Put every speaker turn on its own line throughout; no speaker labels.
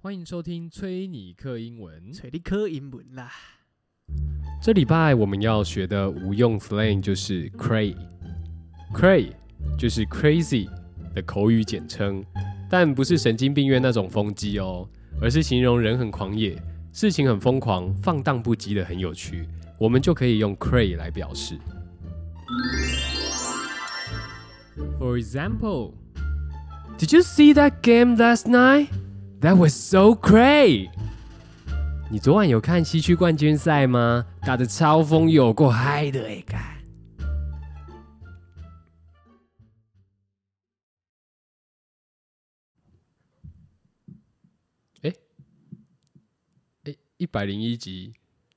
欢迎收听崔尼克英文。
找你考英文啦。
这礼拜我们要学的无用 slang 就是 cray，cray 就是 crazy 的口语简称，但不是神经病院那种疯鸡哦，而是形容人很狂野，事情很疯狂、放荡不羁的很有趣，我们就可以用 cray 来表示。For example, did you see that game last night? That was so cray. 你昨晚有看西区冠军赛吗？打得超疯，有够嗨的哎、干！哎哎，一百零一集，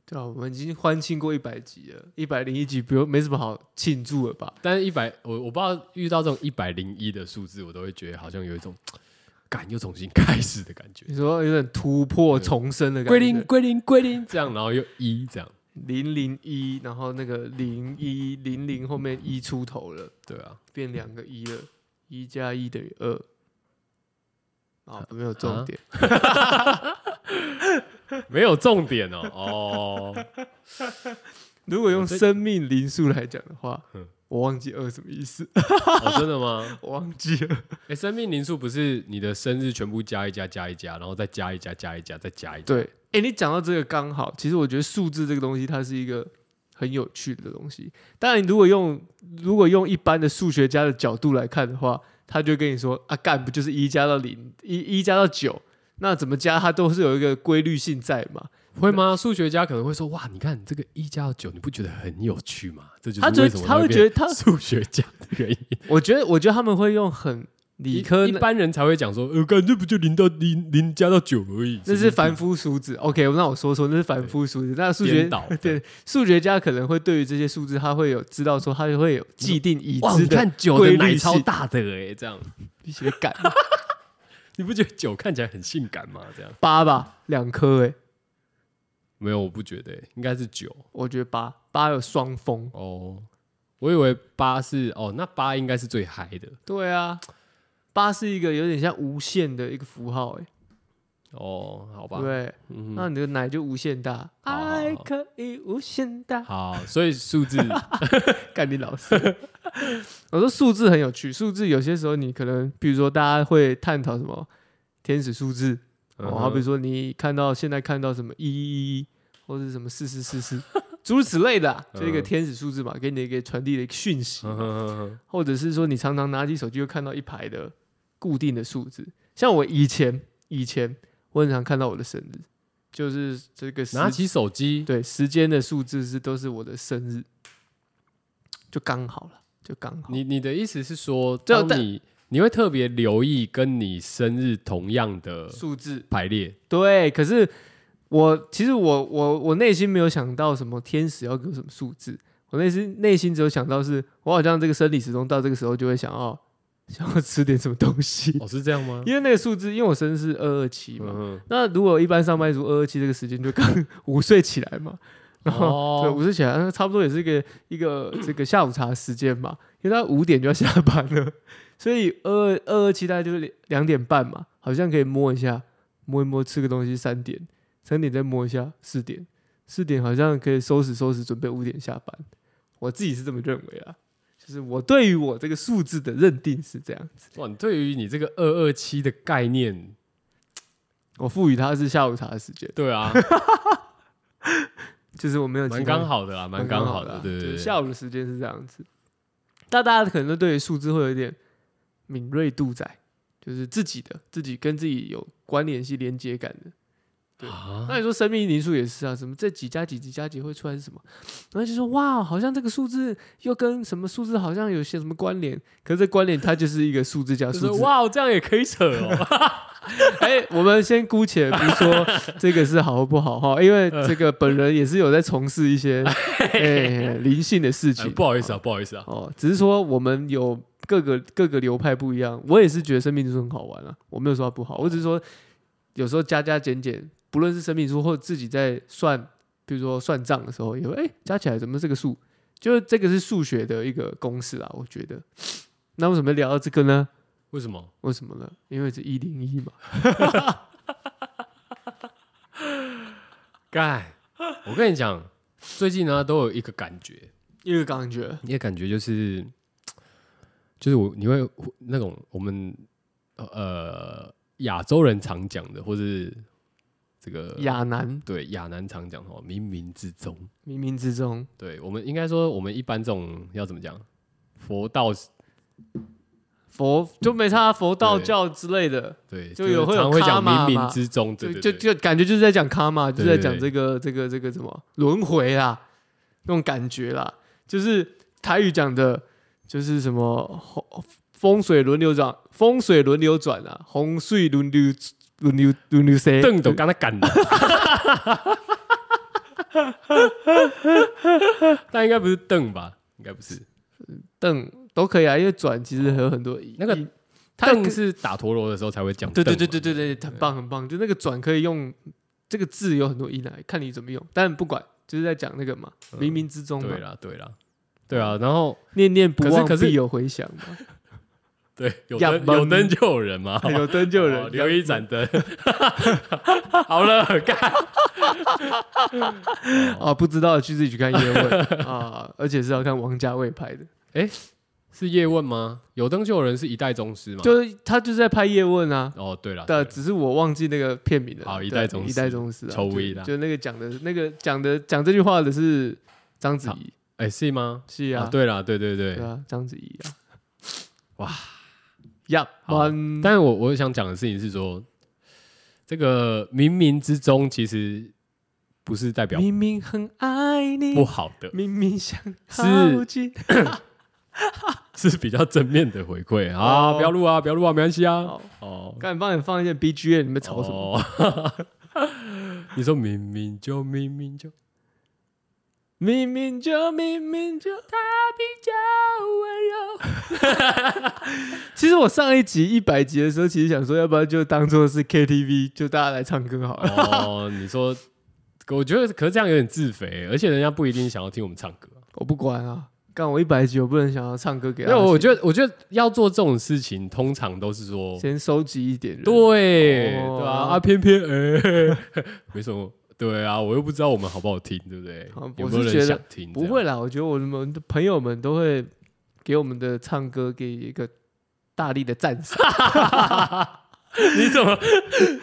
对啊，我们已经欢庆过一百集了，一百零一集不用没什么好庆祝了吧？
但是一百，我我不知道遇到这种一百零一的数字，我都会觉得好像有一种，感又重新开始的感觉。
你说有点突破重生的
归
感
零，
觉，
归零，归零，这样，然后又一这样，
零零一，然后那个零一零零后面一出头了，
对啊，
变两个一了，一加一等于二。啊，没有重点，
没有重点哦，哦。
如果用
这
生命灵数来讲的话
嗯，
我忘记二什么意思，
哦，真的吗？
我忘记了。
哎、生命灵数不是你的生日全部加一加加一加，然后再加一加加一加再加一加。
对，哎、你讲到这个刚好，其实我觉得数字这个东西，它是一个很有趣的东西。当然，如果用如果用一般的数学家的角度来看的话，他就跟你说啊，干不就是一加到零，一一加到九，那怎么加它都是有一个规律性在嘛。
会吗？数学家可能会说：“哇，你看这个一加到九，你不觉得很有趣吗？”这就是
他觉
为
得
什么
他会觉得他
变 数学家的原因。
我觉得，我觉得他们会用很理科
一，一般人才会讲说：“呃，干这不就零到零零加到九而已。”
那是凡夫俗子。OK，那我说说，那是凡夫俗子。那数学
颠倒
对数学家可能会对于这些数字，他会有知道说，他会有既定已
哇，
知
你
的
看九
规
的
律
奶超
性
大的哎、这样
一些感。
你不觉得九看起来很性感吗？这样
八吧，两颗哎，
没有，我不觉得、欸，应该是九
我觉得八八有双峰。
哦。我以为八是哦，那八应该是最嗨的
对啊，八是一个有点像无限的一个符号哎，
哦，好吧，
对，
嗯哼
那你的奶就无限大，
好好
爱可以无限大。
好，所以数字
干你老师， 我说数字很有趣，数字有些时候你可能，比如说大家会探讨什么天使数字，
嗯
哦，
哼
好比说你看到现在看到什么一一一，或者什么四四四四，诸如此类的、啊，这个
嗯
天使数字嘛，给你一个传递的一个讯息。
嗯哼哼哼
或者是说你常常拿起手机就看到一排的固定的数字。像我以前以前我很常看到我的生日，就是这个时
拿起手机，
对时间的数字是都是我的生日，就刚好了，就刚好。
你你的意思是说，
就
当
但
你你会特别留意跟你生日同样的
数字
排列，
对，可是我其实我我我内心没有想到什么天使要给我什么数字，我内心内心只有想到是我好像这个生理时钟到这个时候就会想要想要吃点什么东西，
哦，是这样吗？
因为那个数字，因为我生日是二二七嘛，
嗯
那如果一般上班族二二七这个时间就刚 午睡起来嘛，然后、
哦
对午睡起来，那差不多也是一个一个这个下午茶时间嘛，因为他五点就要下班了， 所以二二二二七大概就是两两点半嘛，好像可以摸一下，摸一摸吃个东西，三点三点再摸一下，四点四点好像可以收拾收拾，准备五点下班，我自己是这么认为啦。就是我对于我这个数字的认定是这样，
哼，哇，你对于你这个二二七的概念，
我赋予它是下午茶的时间，
对 啊，
就是我没有
蛮
其他
刚好的啦，蛮刚好的
啊，
对
就
对
是
对，
下午的时间是这样子。但大家可能都对于数字会有一点敏锐度在，就是自己的自己跟自己有关联系、连接感的。对
啊
那你说生命灵数也是啊，什么这几加几几加几会出来是什么？然后就说哇，好像这个数字又跟什么数字好像有些什么关联，可是这关联它就是一个数字加
就是
数 字。
哇，这样也可以扯 哦，
哎、我们先姑且不说这个是好或不好哈，因为
呃
这个本人也是有在从事 一些哎灵性的事
呃
情。
不好意思啊，不好意思啊，
哦，只是说我们有各个各个流派不一样。我也是觉得生命之树很好玩啊，我没有说它不好，我只是说有时候加加减减，不论是生命之树或者自己在算，比如说算账的时候，也会哎、诶加起来怎么这个数？就是这个是数学的一个公式啊，我觉得。那为什么聊到这个呢？
为什么？
为什么呢？因为是一零一嘛。
干，我跟你讲，最近呢、都有一个感觉，
一个感觉，
一个感觉就是，就是我你会那种我们呃亚洲人常讲的，或是这个
呃亚男
对亚男常讲的话，冥冥之中，
冥冥之中
对我们应该说我们一般这种要怎么讲，佛道
佛就没差啊佛道
对
教之类的，
对，
就是有会有
常会讲
karma
冥
嘛
冥之中，对对
就
对
就就感觉就是在讲卡嘛，就
对
是在讲这个这个这个什么轮回啦，那种感觉啦，就是台语讲的，就是什么风风水轮流转，风水轮流转啊，洪水轮流轮流轮流谁？
邓总刚才赶的。 但应该不是邓吧？应该不是。
邓都可以啊，因为转其实还有很多意
那个
意它
邓
可
是打陀螺的时候才会讲。
对对对对，对对，很棒很棒，就那个转可以用这个字有很多音来，看你怎么用，但不管就是在讲那个嘛，
嗯
冥冥之中嘛
对，啦对啦，对啊。然后
念念不
可是
忘
可是
必有回响嘛，
对，有
呀
灯
门
有灯 就有人嘛，
有灯就有人
哦留一盏灯。 好了，干。
啊，不知道的去自己去看 叶问啊，而且是要看王家卫拍
嗯
的，
是叶问吗？有灯就有人是一代宗师吗？
就是他就是在拍叶问啊，
哦，对了，对
但
啦
只是我忘记那个片名了。
好一
对
代宗师
一代宗师啊，
丑
就
味啦
就那个讲的那个讲的讲这句话的是章子怡，
哎是吗？
是
啊
啊，
对啦，对对对
对。啊，章子怡啊，
哇
呀，
好
嗯，
但是我我想讲的事情是说，这个冥冥之中其实不是代表
明明很爱你
不，好的，
明明想
是
靠近，
是比较正面的回馈啊！
哦
不要录啊，不要录啊，没关系啊。
好，
哦，
赶紧帮你放一些 BGM，你们吵什么？
么？你说明明就明明就
明明就明明就
他比较温柔，
其实我上一集一百集的时候，其实想说，要不要就当做是 KTV，就大家来唱歌好了。
哦，你说，我觉得可是这样有点自肥，而且人家不一定想要听我们唱歌。
我不管啊，干我一百集，我不能想要唱歌给
因
他
为
们听。
我觉得，我觉得要做这种事情，通常都是说，
先收集一点人，
对、
哦
对啊，啊偏偏呃、 没什么，对啊，我又不知道我们好不好听，对不对
啊？
有
我
没有
是觉
人
得
想听？
不会，啦。我觉得我们的朋友们都会给我们的唱歌给一个大力的赞赏。
你怎么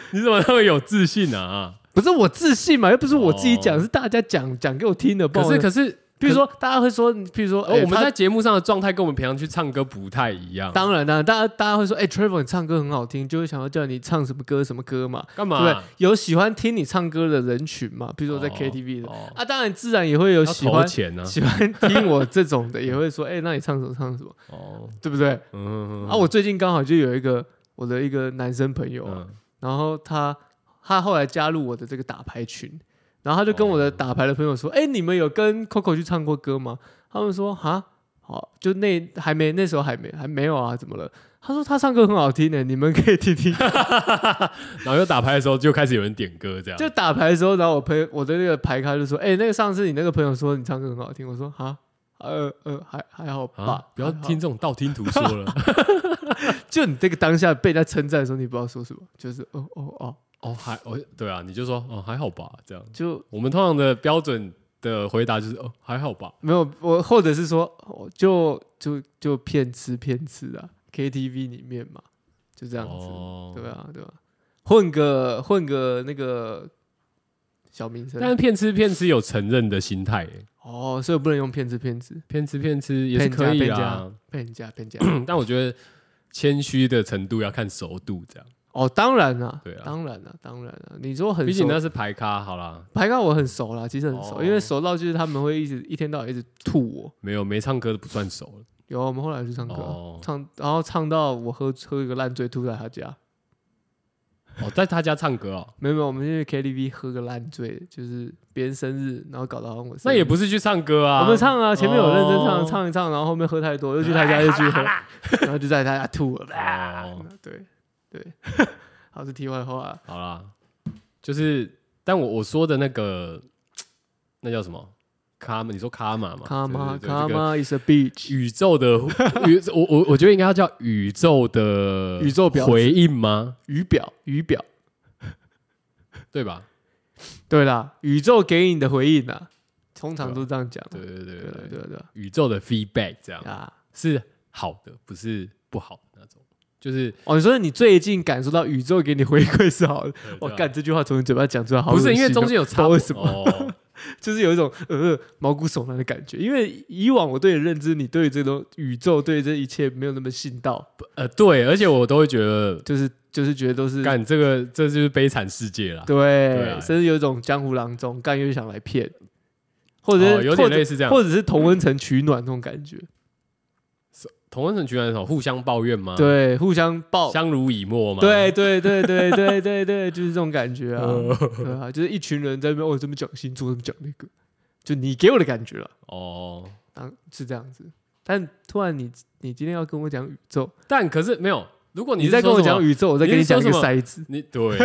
你怎么那么有自信啊？
不是我自信嘛，又不是我自己讲，
哦
是大家讲讲给我听的。不
可
然我
是可是，
比如说大家会说，比如说，
呃
哎
我们
他
在节目上的状态跟我们平常去唱歌不太一样，
当然啦，大家大家会说，哎、t r e v o r 你唱歌很好听，就会想要叫你唱什么歌什么歌嘛。
干
对不对
嘛？？
有喜欢听你唱歌的人群嘛？比如说在
哦
KTV 的、
哦
啊，当然自然也会有
要
喜
投
欢、
钱啊 呢？
喜欢听我这种的，也会说，哎、那你唱什么唱什么，
哦，
对不对？
嗯
啊，我最近刚好就有一个我的一个男生朋友啊、
嗯
然后他他后来加入我的这个打牌群，然后他就跟我
哦
的打牌的朋友说：“哎、你们有跟 Coco 去唱过歌吗？”他们说：“哈，好，就那还没那时候还没还没有啊，怎么了？”他说：“他唱歌很好听欸的，你们可以听听。
然后又打牌的时候就开始有人点歌，这”样
就打牌的时候，然后我朋友我的那个牌咖就说：“哎、那个上次你那个朋友说你唱歌很好听。”我说：“哈。”呃呃，还还好吧
啊，，不要
还好
听。这种道听途说 了。
就你这个当下被人家称赞的时候，你不知道说什么，就是哦哦哦，
哦，还哦，对啊，你就说哦还好吧，这样。
就
我们通常的标准的回答就是哦还好吧。
没有，我或者是说，哦就就就骗吃骗吃啊，KTV 里面嘛，就这样子，
哦
对啊，对啊，混个混个那个小名声，
但是骗吃骗吃有承认的心态耶，欸
哦，所以不能用骗吃骗吃，
骗吃骗吃也是可以
骗
啦
家。骗人家骗人家，
嗯但我觉得谦虚的程度要看熟度，这样。
哦，当然啦，
对啊
当然啦，当然啦，你说很
毕
熟
竟，那是排咖，好啦，
排刚我很熟啦，其实很熟，因
哦
为熟到就是他们会一直一天到晚一直吐我，
没有没唱歌的不算熟了。
有啊我们后来去唱歌啊，
哦
唱然后唱到我喝喝一个烂醉吐在他家。
哦，在他家唱歌 哦，
没有没有，我们去 KTV 喝个烂醉，就是别人生日，然后搞得好像我生
那
日
也不是去唱歌啊。
我们唱啊，前面有认真唱，
哦
唱一唱，然后后面喝太 多，又去他家又去喝，然后就在他家吐了。
哦
对对， 好是题外话啊，
好啦，就是，但我我说的那个，那叫什么？卡玛？你说卡玛吗？
卡玛
对对对这
卡
个
玛 is a beach，
宇宙的 宇，我我我觉得应该要叫宇宙的
宇宙表
回应吗？
鱼表鱼表
对吧？
对啦，宇宙给你的回应啊，通常都这样讲。
对对对
对
对
对
对，
对对
宇宙的 feedback 这样
啊！
是好的，不是不好的那种，就是
哦，你说你最近感受到宇宙给你回馈是好的，我
对啊
干这句话从你嘴巴讲出来好恶
不
心哦，
是因为中 间有
不知
差
道为什么
哦
就是有一种呃毛骨悚然的感觉，因为以往我对你的认知，你对于这种宇宙对这一切没有那么信道，
呃，对，而且我都会觉得，
就是就是觉得都是
干这个这就是悲惨世界啦，对
对
啊，
甚至有一种江湖郎中，干又想来骗，或者
哦
是
有
或
点
者
类似这样。
或者是同温层取暖那种感觉，
同温层居然什么互相抱怨吗？，哦
对，互相抱，
相濡以沫吗？
对对对对 对对对，就是这种感觉啊，
呃，
对啊，就是一群人在那边哦，这么讲星座，这么讲那个，就你给我的感觉了，
哦，
啊，是这样子。但突然你你今天要跟我讲宇宙，
但可是没有，如果
你
是
在跟我
说什么
讲宇宙，我再跟
你是
讲一
说
个
什么
筛 子。
你对，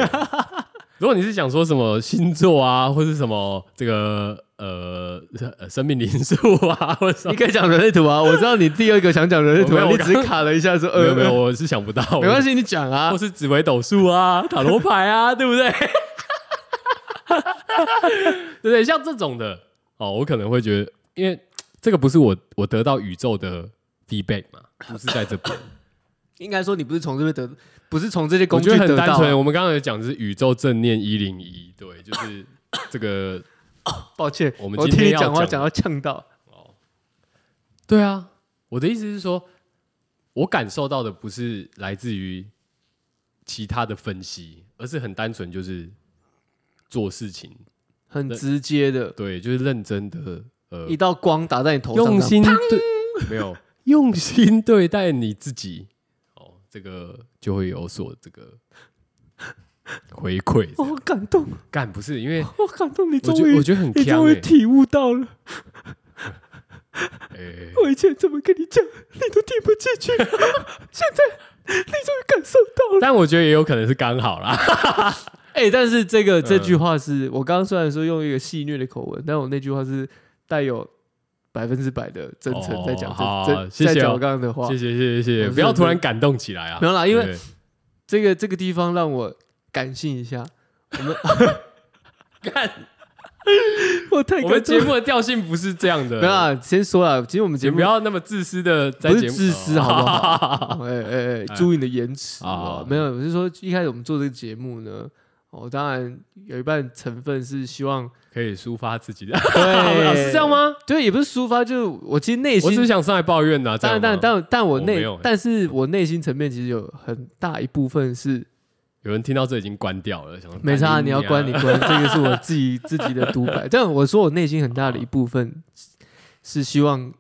如果你是想说什么星座啊，或是什么这个呃呃生命灵数啊，或者什
你
么，
可以讲人类图啊，我知道你第二个想讲人类图啊，
我没有
你
我
只是卡了一下说
没
呃
有没有，，我是想不到，
没关
系，
系，你讲啊
或，是紫微斗数 啊、塔罗牌啊，对不对？对不对？像这种的哦，我可能会觉得，因为这个不是我我得到宇宙的 feedback 嘛，不是在这边。
应该说你不是从这边得，不是从这些
我
工具
觉得很
得
单
到
纯。
啊。
我们刚刚有讲的是宇宙正念一零一，对，就是这个
抱歉，
我们
我
今
听
天
你
要
讲话
讲
讲到呛到，
对啊，我的意思是说，我感受到的不是来自于其他的分析，而是很单纯就是做事情，
很直接的，
对，就是认真的，呃
一，道光打在你头上，
用心对，没有用心对待你自己，哦，这个就会有所这个回馈。
这样。我好感动，
干不是因为
我好感动，你
我
终
觉得
于
我，觉得很
你
强
终
哎、
于体悟到了，
哎
我以前怎么跟你讲，你都听不进去，现 在你终于感受到了。
但我觉得也有可能是刚好啦。
哎、但是这个
嗯
这句话是我刚刚虽然说用一个戏谑的口吻，但我那句话是带有百分之百的真诚
哦
在讲
好
这这
谢谢
在讲
哦
我刚刚的话
谢。谢谢谢谢
我
谢，
是
不要突然感动起来啊！
没有啦，因为
对
这个这个地方让我感性一下，
干
我太
我们
感动
节
了。
目的调性不是这样的，
没有啦，先说啦，其实我们节
也
目
不要那么自私的在
不
节目，
是自私，
哦
好不好？哎哎哎，注意你的言辞
啊
啊！没有，我是说一开始我们做这个节目呢，哦，当然有一半成分是 希望
可以抒发自己 的，
对
啊是这样？吗？
对，也不是抒发，就是我其实内
我只
心
是想上来抱怨啊呐，这
但
样
但
吗
但但我
我
内
没有欸，
但是我内心层面其实有很大一部分是
有人听到这已经关掉了，想说
没差，
干
你要关你
娘啊
关，这个是我自己自己的独 白。但我说我内心很大的一部分是希望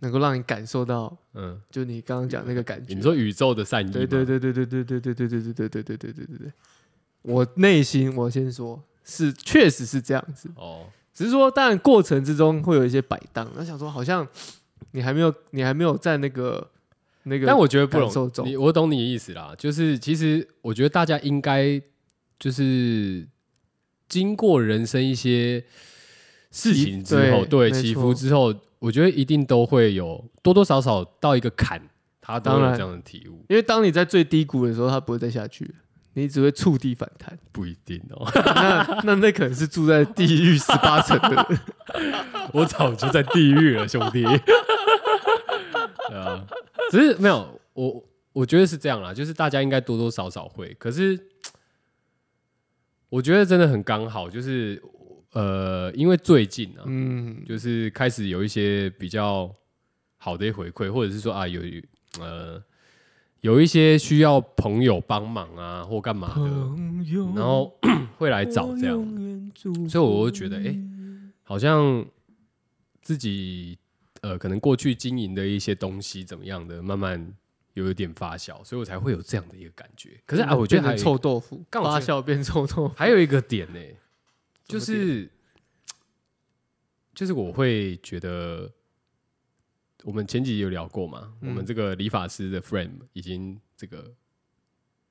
能够让你感受到，
嗯，
就你刚刚讲那个感觉
你。说宇宙的善意，
对对，对对对对对对对对对对对对对对对对，我内心我先说是确实是这样子，
哦，
只是说当然过程之中会有一些摆荡，那想说好像你还没有你还没有在那个那个，
但我觉得不
感受
容
中
你，我懂你的意思啦，就是其实我觉得大家应该就是经过人生一些事
起
情之后，
对
对
没
起
错
伏之后，我觉得一定都会有多多少少到一个坎，他都会
当
有
然
这样的体悟，
因为当你在最低谷的时候，它不会再下去了，你只会触地反弹。
不一定哦。
那那那可能是住在地狱十八层的人。
我早就在地狱了，兄弟。 对啊，只是没有我，我觉得是这样啦，就是大家应该多多少少会，可是我觉得真的很刚好，就是呃，因为最近啊，
嗯，
就是开始有一些比较好的回馈，或者是说啊，有呃有一些需要朋友帮忙啊，或干嘛的，
朋友，
然后 会来找这样。
样，
所以我会觉得，哎、好像自己呃，可能过去经营的一些东西怎么样的，慢慢有一点发酵，所以我才会有这样的一个感觉。可是啊，我觉得还
变
有
成
一
臭豆腐，
干我
发
觉
酵变臭豆腐。
还有一个点呢、就
什么
是就是我会觉得，我们前几集有聊过嘛，
嗯
我们这个理发师的 frame 已经这个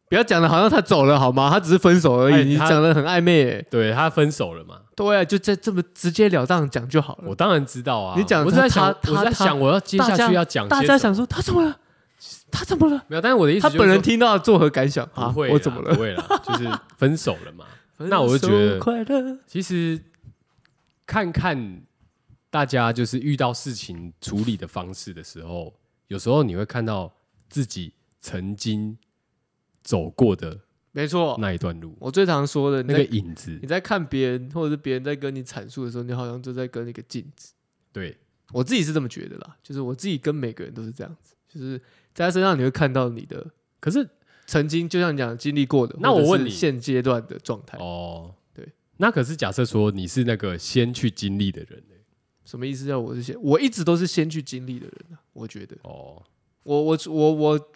不要讲的好像他走了好吗？他只是分手而
哎
已，你
他
讲的很暧昧耶。
对他分手了嘛，
对啊，就这这么直截了当讲就好了
我。当然知道啊，
嗯你讲
我是在想，
他
我是在
他
想我要接
大
下
家
去要讲些
大家
什么
想说他怎么了？他怎么了？
没有，但是我的意思
他
就是说，
本人听到作何感想
不
啊？
会啦，
我怎么了？
不会啦，就是分手了嘛。 那我就觉得
分手快乐
其实看看大家就是遇到事情处理的方式的时候，有时候你会看到自己曾经走过的
没错，
那一段路，
我最常说的
那
哦那
个
个，
影子
你。在看别人或者是别人在跟你阐述的时候，你好像就在跟一个镜子。
对，
我自己是这么觉得啦，就是我自己跟每个人都是这样子，就是在他身上你会看到你的
可是
曾经，就像你讲经历过的，
那
或者
我问
是
你
现阶段的状态，
哦，
哎对，
那可是假设说你是那个先去经历的人、欸、
什么意思？叫我是先，我一直都是先去经历的人啊，我觉得。
哦，
我我我我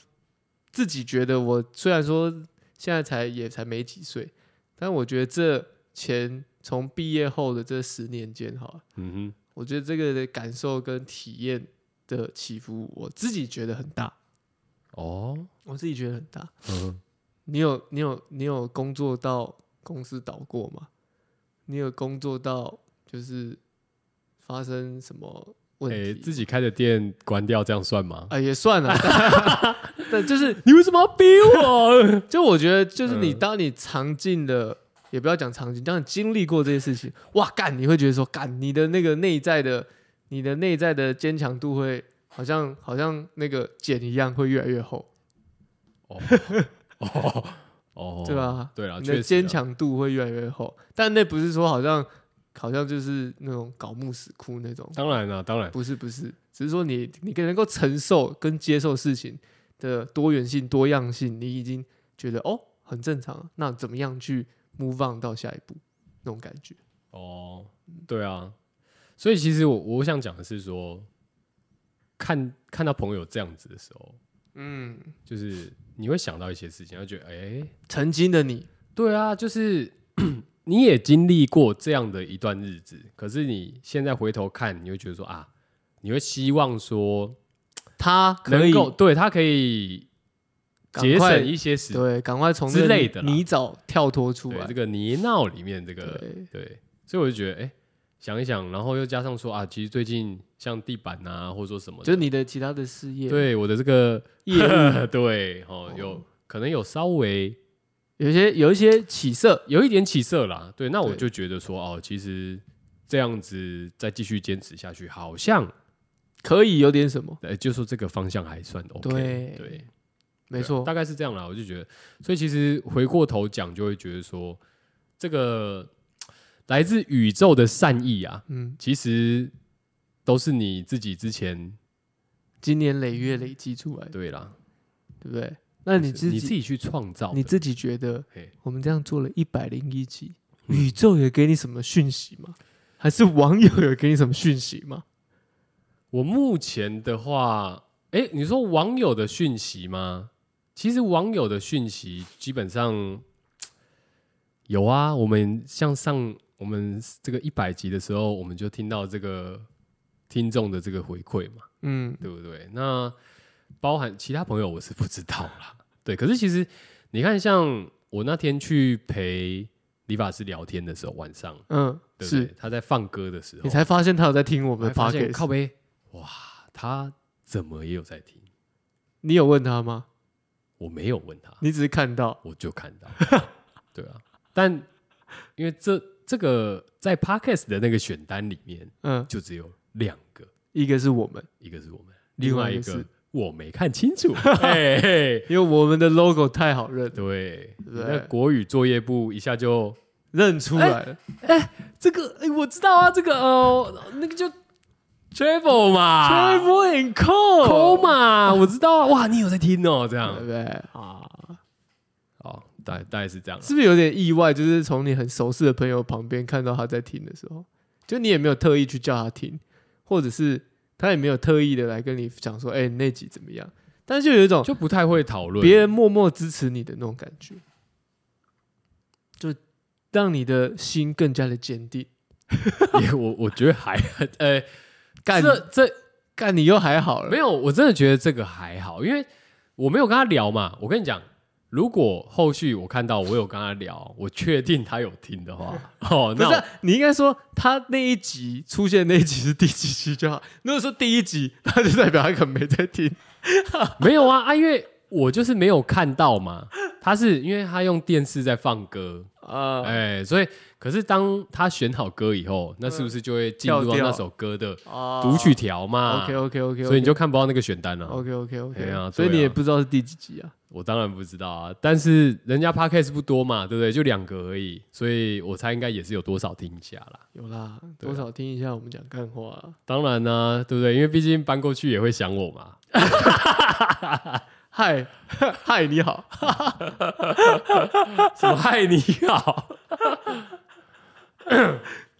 自己觉得，我虽然说现在才也才没几岁，但我觉得这前从毕业后的这十年间，哈，
嗯
我觉得这个的感受跟体验的起伏，我自己觉得很大，
哼，哦，
我自己觉得很大。
嗯，
你有你有你有工作到公司倒过吗？你有工作到就是发生什么问
哎、
题？
自己开的店关掉，这样算吗？
啊、也算了， 但但就是
你为什么要逼 我？
就我觉得，就是你
嗯
当你尝尽了，也不要讲尝尽，当你经历过这些事情，哇干，你会觉得说干，你的那个内在的，你的内在的坚强度会好像好像那个茧一样，会越来越厚，
哦哦哦，
对？吧？
对啦，
你
确实
的
啊
坚强度会越来越厚，但那不是说好像好像就是那种搞木死哭那种，
当然啦、当然，
不是不是，只是说你你能够承受跟接受事情的多元性、多样性，你已经觉得哦很正常啊。那怎么样去 move on 到下一步那种感觉？
哦，对啊，所以其实我我想讲的是说，看看到朋友这样子的时候，
嗯，
就是你会想到一些事情，会觉得哎、
曾经的你，
对啊，就是 你也经历过这样的一段日子，可是你现在回头看，你会觉得说啊，你会希望说
他可
能
以
够对他可以
赶
节
快
省一些时间，
对，赶快从
之
这个
类的啦
泥沼跳脱出
对
来
这。个泥淖里面这个
对
对，所以我就觉得哎、想一想，然后又加上说啊，其实最近像地板啊，或者说什么的，
就是你的其他的事业，，
对我的这个
业务
对哦，有可能有稍微
有一些有一些起色，
有一点起色啦。对，那我
对
就觉得说哦，其实这样子再继续坚持下去，好像
可以有点什么，
呃，就说这个方向还算 OK
对
对，
没
对啊
错，
大概是这样啦。我就觉得，所以其实回过头讲，就会觉得说这个来自宇宙的善意啊，
嗯，
其实都是你自己之前
经年累月累积出来的，
对啦，
对不对？那你
就是
自
你
己
自己去创造的，
你自己觉得
嘿
我们这样做了一百零一集，
嗯
宇宙有给你什么讯息吗？还是网友有给你什么讯息吗？
我目前的话，哎、你说网友的讯息吗？其实网友的讯息基本上有啊。我们像上我们这个一百集的时候，我们就听到这个听众的这个回馈嘛，
嗯，
对不对？那包含其他朋友，我是不知道啦。对，可是其实你看，像我那天去陪理发师聊天的时候，晚上
嗯，
对不
是
对？他在放歌的时候，
你才发现他有在听我
我
们
还
的
发现
podcast，
靠背，哇，他怎么也有在听？
你有问他吗？
我没有问他，
你只是看到，
我就看到， 对啊。但因为这这个在 podcast 的那个选单里面，
嗯，
就只有两个，
一个是我们，
一个是我们，
另
另
外
外
一
一
个是
个我没看清 楚。嘿嘿，
因为我们的 logo 太好认了，
对，你
对
的国语作业簿一下就
认出来了，
这个，哎，我知道啊，这个哦，那个就 travel 嘛
Travel and Cole，
抠哎 嘛，我知道啊，哇，你有在听哦，这
对
样
不，对啊？
哦，大大概是这样啦。
是不是有点意外？就是从你很熟识的朋友旁边看到他在听的时候，就你也没有特意去叫他听，或者是他也没有特意的来跟你讲说，哎、你那集怎么样？但是就有一种
就不太会讨论
别人默默支持你的那种感觉，就让你的心更加的坚定。
也我我觉得还 呃，
干
这这
干你又还好了，
没有，我真的觉得这个还好，因为我没有跟他聊嘛。我跟你讲，如果后续我看到我有跟他聊，我确定他有听的话，哦，
不
那
是
我
啊你应该说他那一集出现那一集是第几集就好。如果说第一集，那就代表他可能没在听。
没有啊啊，因为我就是没有看到嘛，他是因为他用电视在放歌，
啊、
哎、所以可是当他选好歌以后，那是不是就会进入
跳
到
掉
那首歌的
啊
读取条嘛
OK OK OK，
所以你就看不到那个选单了、
OK OK OK，、
哎呀
所以
对啊
你也不知道是第几集啊？
我当然不知道啊，但是人家 podcast 不多嘛，对不对？就两个而已，所以我猜应该也是有多少听一下啦。
有啦，
对啊
多少听一下我们讲干话啊、
当然呢、对不对？因为毕竟搬过去也会想我嘛。
嗨 嗨，你好，
什么害你啊好？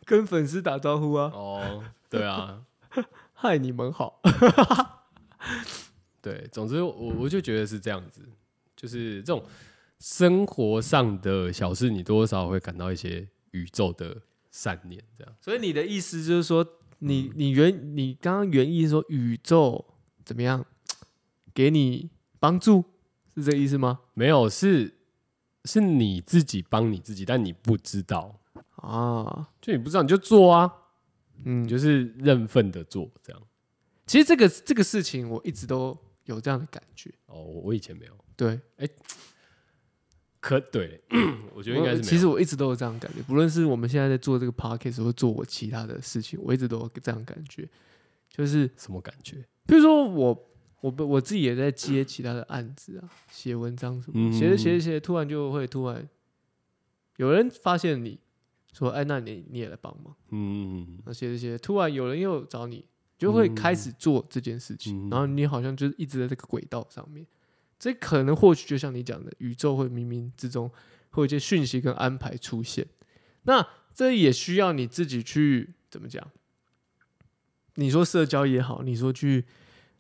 跟粉丝打招呼啊，
哦，对啊，
嗨你们好，
对，总之我我就觉得是这样子，就是这种生活上的小事，你多多少少会感到一些宇宙的善念，这样。
所以你的意思就是说，你你原你刚刚原意是说宇宙怎么样给你帮助，是这意思吗？
没有，是是你自己帮你自己，但你不知道，
啊，
就你不知道你就做啊，
嗯
你，就是认份的做这样。
其实这个这个事情我一直都有这样的感觉，
哦，我我以前没有，
对，
可对， 我觉得应该
我
是没有。
呃其实我一直都有这样的感觉，不论是我们现在在做这个 podcast 或做我其他的事情，我一直都有这样的感觉，就是
什么感觉？
比如说我我不我自己也在接其他的案子啊，写文章什么
嗯
的，写着写着写着，突然就会突然有人发现你说，哎，那你你也来帮忙。
嗯，
那写着写着，突然有人又找你，就会开始做这件事
嗯
情，然后你好像就是一直在这个轨道上面。这可能或许就像你讲的，宇宙会冥冥之中会有一些讯息跟安排出现。那这也需要你自己去怎么讲？你说社交也好，你说去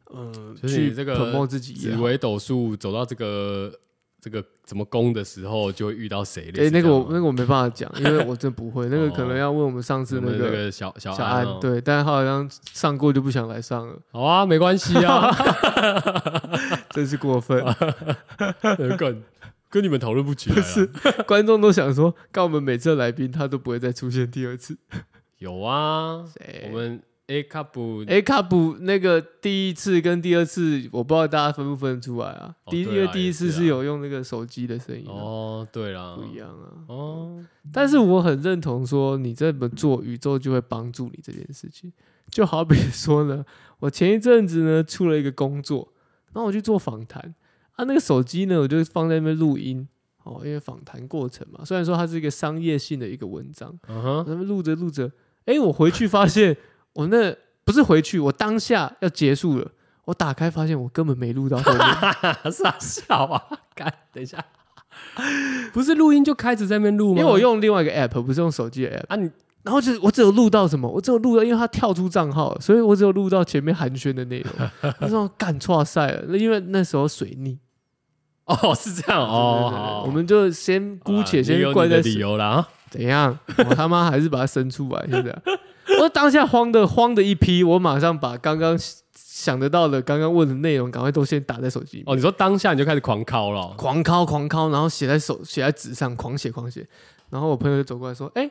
呃
就是你
去
这个
promote 自己也
紫
好，
微斗数走到这个这个怎么攻的时候，就会遇到谁？
哎、
类似这
那个
样
我
吗
那个我没办法讲，因为我真不会，那个
哦
可能要问我们上次
我
那
们那
个
个小小
小
安
安，
哦，
对，但是他好像上过就不想来上了，
好啊，没关系 啊，
真是过分。
哎跟跟你们讨论不起来
不
啊，
是，观众都想说，告我们每次的来宾他都不会再出现第二次。
有啊，
谁
我们 A cup
A 卡普那个第一次跟第二次，我不知道大家分不分得出来啊。
哦
第一、
对啊
因为第一次
也是啊
是有用那个手机的声音、啊，
哦，对啦
不，一样啊。
哦，
但是我很认同说，你这么做，宇宙就会帮助你这件事情。就好比说呢， 我前一阵子呢出了一个工作，然后我去做访谈啊，那个手机呢我就放在那边录音哦，因为访谈过程嘛，虽然说它是一个商业性的一个文章。
嗯哼，
那么录着录着，哎、我回去发现我那不是回去，我当下要结束了，我打开发现我根本没录到后面，
傻笑啊，干，等一下，不是录音就开始在那边录吗？
因为我用另外一个 app，不是用手机的 app，
啊，你
然后就是我只有录到什么，我只有录到，因为它跳出账号了，所以我只有录到前面寒暄的内容， 那时候干错赛了，那因为那时候水逆
哦是这样
对对
哦，
对
好啊
我们就先姑
好啦
且
你
先
有
怪
你的
在
理
水
由啦，啊
怎样？我他妈还是把它生出来，现在。我当下慌的慌的一批，我马上把刚刚想得到的、刚刚问的内容，赶快都先打在手机里面，
哦，你说当下你就开始狂敲了，哦
狂敲狂敲，然后写在手写在纸上，狂写狂写。然后我朋友就走过来说：“哎、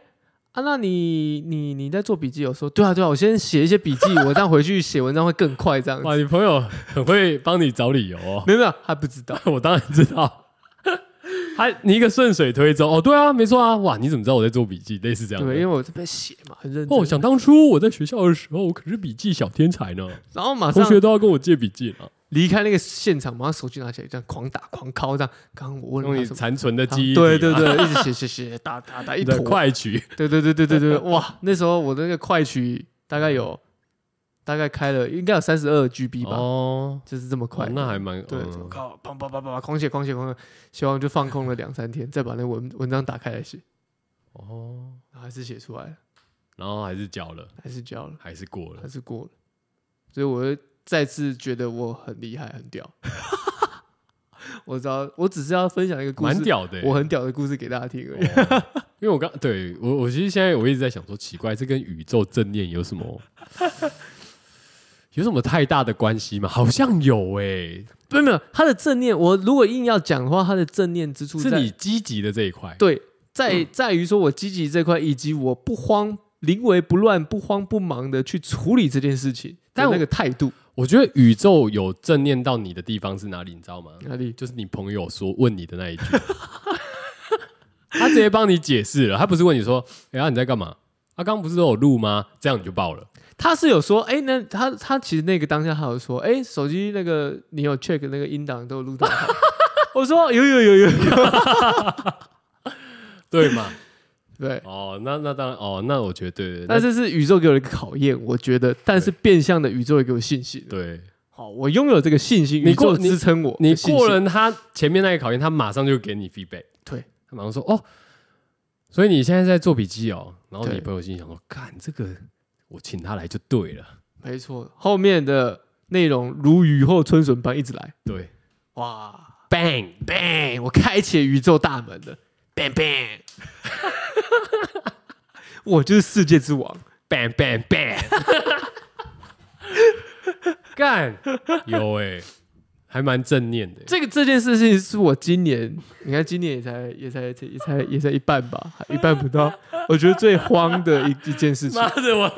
啊，那你你你在做笔记？”我说：“对啊对啊，我先写一些笔记，我这样回去写文章会更快。”这样子
哇，你朋友很会帮你找理由哦。
没有没有，他不知道。
我当然知道。他你一个顺水推舟哦，对啊，没错啊，哇，你怎么知道我在做笔记？类似这样
对，因为
的。
我这边写嘛，很认真。
哦，想当初我在学校的时候，我可是笔记小天才呢，
然后马
同
上
学都要跟我借笔记了。
离开那个现场，马上手机拿起来，这样狂打狂敲，这样。刚刚我问
用
了他
你
什么？
残存的
啊
记忆，
对对，对，一直写写写，打打打一
你
坨
的，快取，
对对对对对对，哇！那时候我的那个快取大概有大概开了应该有三十二 GB 吧，
哦，
就是这么快
哦。那还蛮
对，
嗯
我靠，砰砰砰砰砰，狂写狂写狂写，写完就放空了两三天，再把那文文章打开来写，
哦，
然后还是写出来了，
然后还是交了，
还是交了，
还是过了
还，是过了，所以我又再次觉得我很厉害，很屌。 我知道，我只是要分享一个故
蛮
事，
屌的欸。
我很屌的故事给大家听而已。
哦因为我刚对我我其实现在我一直在想说，奇怪，这跟宇宙正念有什 么有什么太大的关系吗？好像有哎、
没有没有，他的正念，我如果硬要讲的话，他的正念之处
是
在
你嗯积极的这一块。
对，在在于说我积极这块，以及我不慌、临危不乱、不慌不忙的去处理这件事情。
但
但
我
那个态度
我觉得宇宙有正念到你的地方是哪里，你知道吗？
哪里？
就是你朋友说问你的那一句， 他直接帮你解释了，他不是问你说，哎、呀、你在干嘛？他、刚刚不是都有录吗？这样你就爆了。
他是有说，哎、那他他其实那个当下他有说，哎、手机那个你有 check 那个音档都有录 到吗。我说有有有有有，
对嘛？
对，
哦，那那当然，哦，那我觉得对对，
但这是宇宙给我的一个考验，我觉得，但是变相的宇宙也给我信心
那。对
好，我拥有这个信心，
你
宇宙
过你
支撑我
你
的信心。
过了他前面那个考验，他马上就给你 feedback，
对，
他马上说哦，所以你现在在做笔记哦，然后
对
你朋友心里想说，干这个我请他来就对了，
没错，后面的内容如雨后春笋般一直来，
对
哇
，bang
bang！我开启了宇宙大门了，bang bang！我就是世界之王，
bang bang bang，干有哎、还蛮正念的欸、
这个这件事情是我今年，你看今年也才也才也才也才一半吧，还一半不到。我觉得最荒的一一件事情
妈，的我，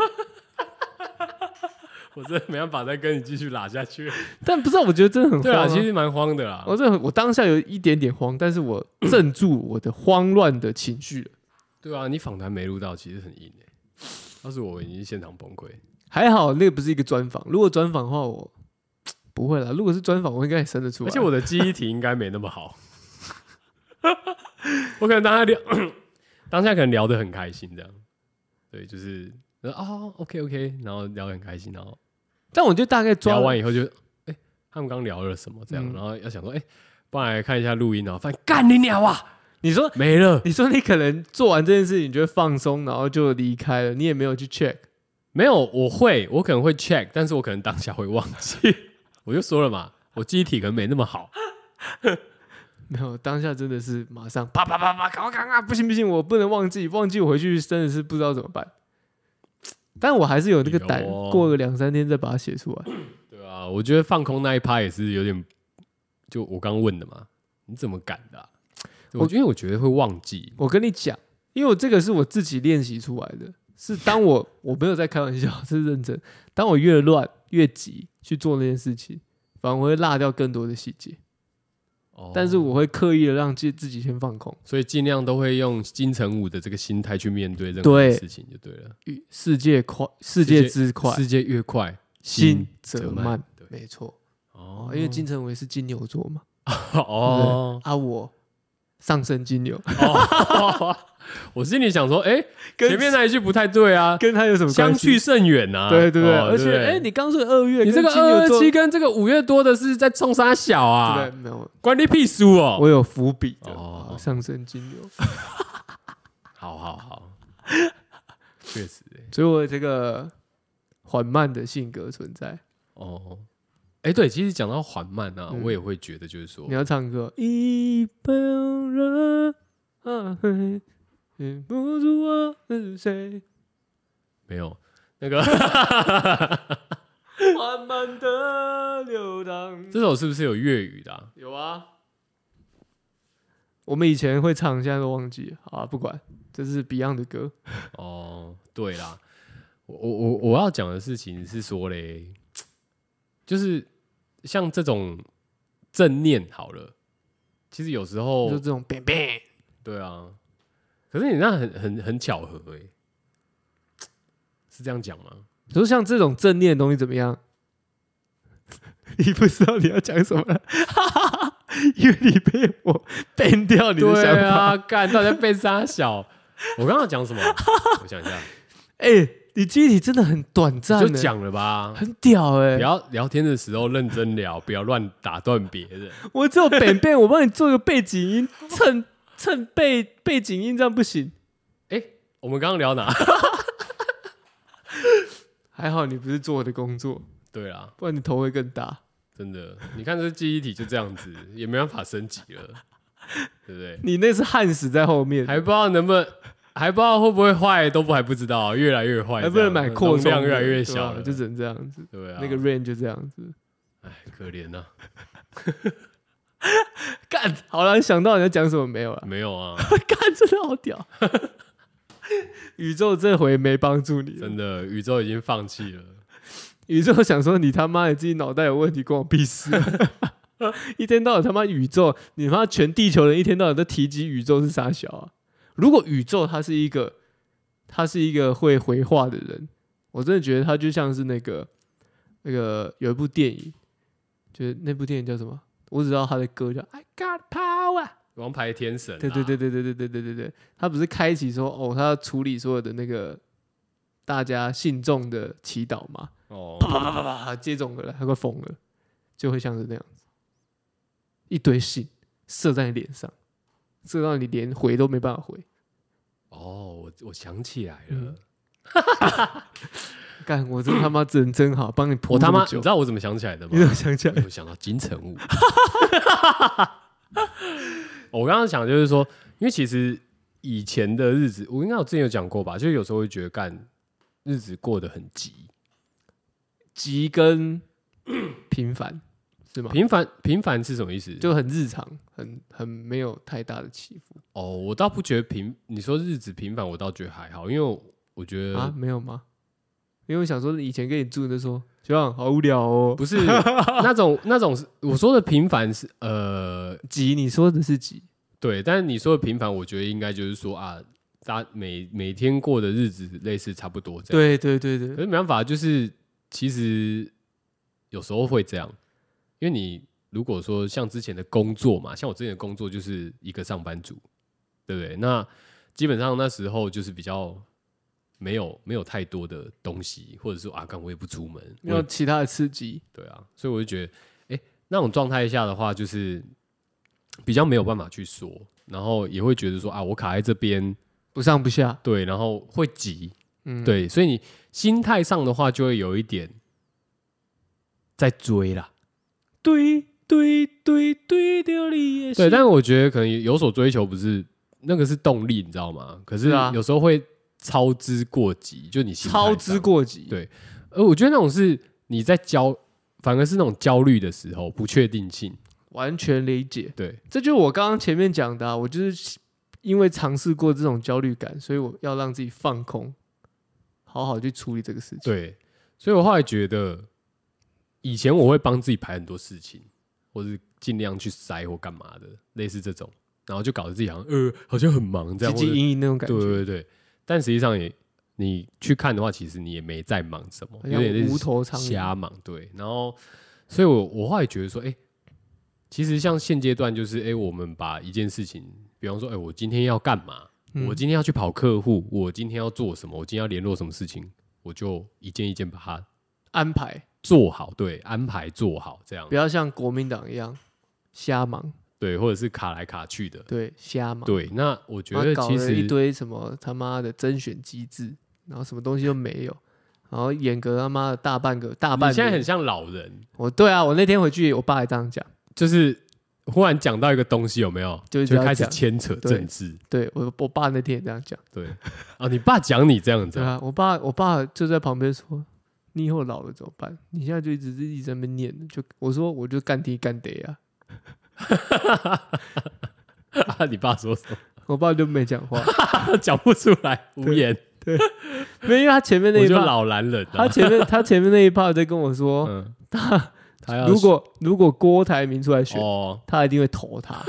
我真的没办法再跟你继续拉下去了。
但不知道，我觉得真的很
对
荒、
啊，
啊。
其实蛮慌的啦。
我这我当下有一点点慌，但是我镇住我的慌乱的情绪了。
对啊，你访谈没录到，其实很硬哎、要是我已经现场崩溃，
还好那个不是一个专访，如果专访的话我不会啦。如果是专访，我应该也生得出
而
来。
且我的记忆体应该没那么好。我可能当下聊，当下可能聊得很开心这样。对，就是哦，OK OK，然后聊得很开心，然后
但我就大概抓
聊完以后就，哎、他们刚聊了什么这样，
嗯
然后要想说，哎、不然来看一下录音，然后发现干你鸟啊，
你说
没了，
你说你可能做完这件事情，你就会放松，然后就离开了，你也没有去 check。
没有，我会，我可能会 check，但是我可能当下会忘记， 我就说了嘛，我记忆体可能没那么好，
没有，当下真的是马上啪啪啪啪，赶快赶快，不行不行，我不能忘记，忘记我回去真的是不知道怎么办。但我还是有那个哦胆，
哎呦
过个两三天再把它写出来。
对啊，我觉得放空那一趴也是有点，就我刚问的嘛，你怎么敢的啊、我
我
因为我觉得会忘记，
我跟你讲，因为我这个是我自己练习出来的，是当我我没有在开玩笑，是认真。当我越乱越急去做那件事情，反而会落掉更多的细节。
哦
但是我会刻意的让自自己先放空。
所以尽量都会用金城武的这个心态去面对任何
对
事情就对了。
与世界快，世
界
界之快，
世界越快，
心
心
则
慢
慢。
对
没错，
哦
哦，因为金城武也是金牛座嘛。
哦，
啊，我上升金牛，
哦，我心里想说，哎、前面那一句不太对啊，
跟他有什么
相
关
去
系？
甚远啊。
对对对，
哦
而且哎，你刚说二月，
你这个
金
二
牛
二
座
七跟这个五月多的是在冲啥小
对
啊？
不对没有，
关你屁事哦！
我有伏笔的
哦
哦上升金牛，
好好好， 确实、欸、
所以我有这个缓慢的性格存在。
哦。哎、对，其实讲到缓慢啊，
嗯
我也会觉得就是说
你，要唱歌，一般人啊，嘿忍不住我是谁？
没有那个。
缓慢的流淌
这首是不是有粤语的、啊？
有啊，我们以前会唱，现在都忘记了。好啊，不管，这是 Beyond 的歌。
哦，对啦，我我我我要讲的事情是说嘞，就是像这种正念好了，其实有时
就
候
这种 bang bang，
对啊，可是你那很很很巧合哎、是这样讲吗？
你说像这种正念的东西怎么样？ 你不知道你要讲什么了， 因为你被我 ban 掉你的
对
想法。
啊，干大家被杀小，我刚刚讲 什么？我想一下，
哎、你记忆体真的很短暂、
你
欸，
就讲了吧。
很屌哎、
不要聊天的时候认真聊，不要乱打断别人。
我只有 ban ban，我帮你做个背 景音，衬衬背背景音，这样不行。
我们刚刚聊哪？
还好你不是做我的工作，
对啊，
不然你头会更大。
真的，你看这记忆体就这样子，也没办法升级了，对不对？
你那是焊死在后面，
还不知道能不能，还不知道会不会坏，都不还不知道，越来越坏这样，
还不能买扩
容
充
量
的
越来越
对
小
吧
了，
就只能这样子。
对啊，
那个 rain 就这样子。
哎，可怜呐、
干，好了，想到你要讲什么 没有了？
没有 啊，
干，真的好屌！ 宇宙这回没帮助你了，
真的，宇宙已经放弃了。
宇宙想说你他妈你自己脑袋有问题，关我屁事啊、一天到晚他妈宇宙，你他妈全地球人一天到晚都提及宇宙是啥小啊？如果宇宙他是一个，他是一个会回话的人，我真的觉得他就像是那个那个有一部电影，就是那部电影叫什么？我只知道他的歌叫《I Got Power》。
王牌天神、啊
对对对，对对对对对对对，他不是开启说哦，他要处理所有的那个大家信众的祈祷嘛，
哦，
啪啪啪啪啪，接踵而来，他快疯了，就会像是那样子，一堆信射在你脸上，射到你连回都没办法回，
哦，我我想起来了，
嗯干我真他妈人真好，帮你
我
破
他妈，你
久
知，道我怎么想起来的吗
你？怎么想起
我
来？
有想到金城武。我刚刚想就是说，因为其实以前的日子，我应该我之前有讲过吧，就是有时候会觉得干日子过得很急，
急跟平凡是吗？
平凡平凡是什么意思？
就很日常，很很没有太大的起伏
哦，我倒不觉得平，你说日子平凡，我倒觉得还好，因为我我觉得、
啊，没有吗？因为我想说，以前跟你住的时候，学长好无聊哦，
不是那种那种是我说的平凡是呃
急，你说的是急，
对，但是你说的平凡，我觉得应该就是说啊，大每每天过的日子类似差不多这样。
对对对
可
对，
是没办法，就是其实有时候会这样，因为你如果说像之前的工作嘛，像我之前的工作就是一个上班族，对不对？那基本上那时候就是比较没有没有太多的东西，或者说啊，干我也不出门，
没有其他的刺激，
对啊，所以我就觉得，哎、那种状态下的话，就是比较没有办法去说，然后也会觉得说啊，我卡在这边，
不上不下，
对，然后会急，
嗯，，
对，所以你心态上的话，就会有一点在追啦。
堆堆堆堆掉你也
对，但我觉得可能有所追求，不是那个是动力，你知道吗？可是
是啊
有时候会操之过急，就你心态
操
上
之，过急，
对呃，我觉得那种是你在焦，反而是那种焦虑的时候，不确定性，
完全理解，
对，
这就是我刚刚前面讲的、啊，我就是因为尝试过这种焦虑感，所以我要让自己放空，好好去处理这个事情，
对，所以我后来觉得，以前我会帮自己排很多事情，或是尽量去塞或干嘛的，类似这种，然后就搞得自己好像呃好像很忙这样，
汲汲
或者
营营那种感
对
觉，
对对，但实际上也你去看的话，其实你也没在忙什么，
好
有点类
像
似
无头苍
瞎
蝇，
忙对，然后所以我我后来觉得说，哎、其实像现阶段就是，哎、我们把一件事情，比方说，哎、我今天要干嘛？
嗯
我今天要去跑客户，我今天要做什么？我今天要联络什么事情？我就一件一件把它
安排，
做好，对，安排做好这样
不，要像国民党一样瞎忙，
对，或者是卡来卡去的，
对，瞎忙。
对。那我觉
然后
得
搞
其
了
实
一堆什么他妈的甄选机制，然后什么东西都没有，然后严格他妈的大半个大
你
半年。
现在很像老人，
我对啊，我那天回去，我爸也这样讲，
就是忽然讲到一个东西，有没有？
就是这样
开始
讲
牵扯
对
政治，
对我我爸那天也这样讲，
对。啊，你爸讲你这样子
对
啊，
啊，我爸我爸就在旁边说。你以后老了怎么办？你现在就一直一直在那边念，就我说我就干爹干爹啊，
啊你爸说什么？
我爸就没讲 话，
他讲不出来，无言。
没有，因为他前面那
我
一
就
趴，
老男人
他
啊，
前面他前面那一趴在跟我说，
嗯，
他
他要
如果如果郭台铭出来选，
哦，
他一定会 投他。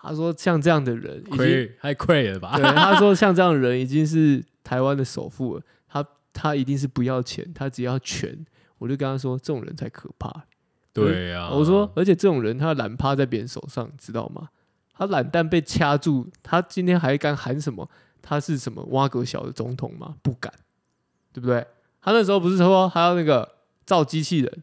他说像这样的人已经， 对，
亏太亏了吧？
他说像这样的人已经是台湾的首富了。他他一定是不要钱，他只要权。我就跟他说，这种人才可怕。
对啊，
我说，而且这种人他懒趴在别人手上，你知道吗？他懒蛋被掐住，他今天还敢喊什么？他是什么挖格小的总统吗？不敢，对不对？他那时候不是说他要那个造机器人？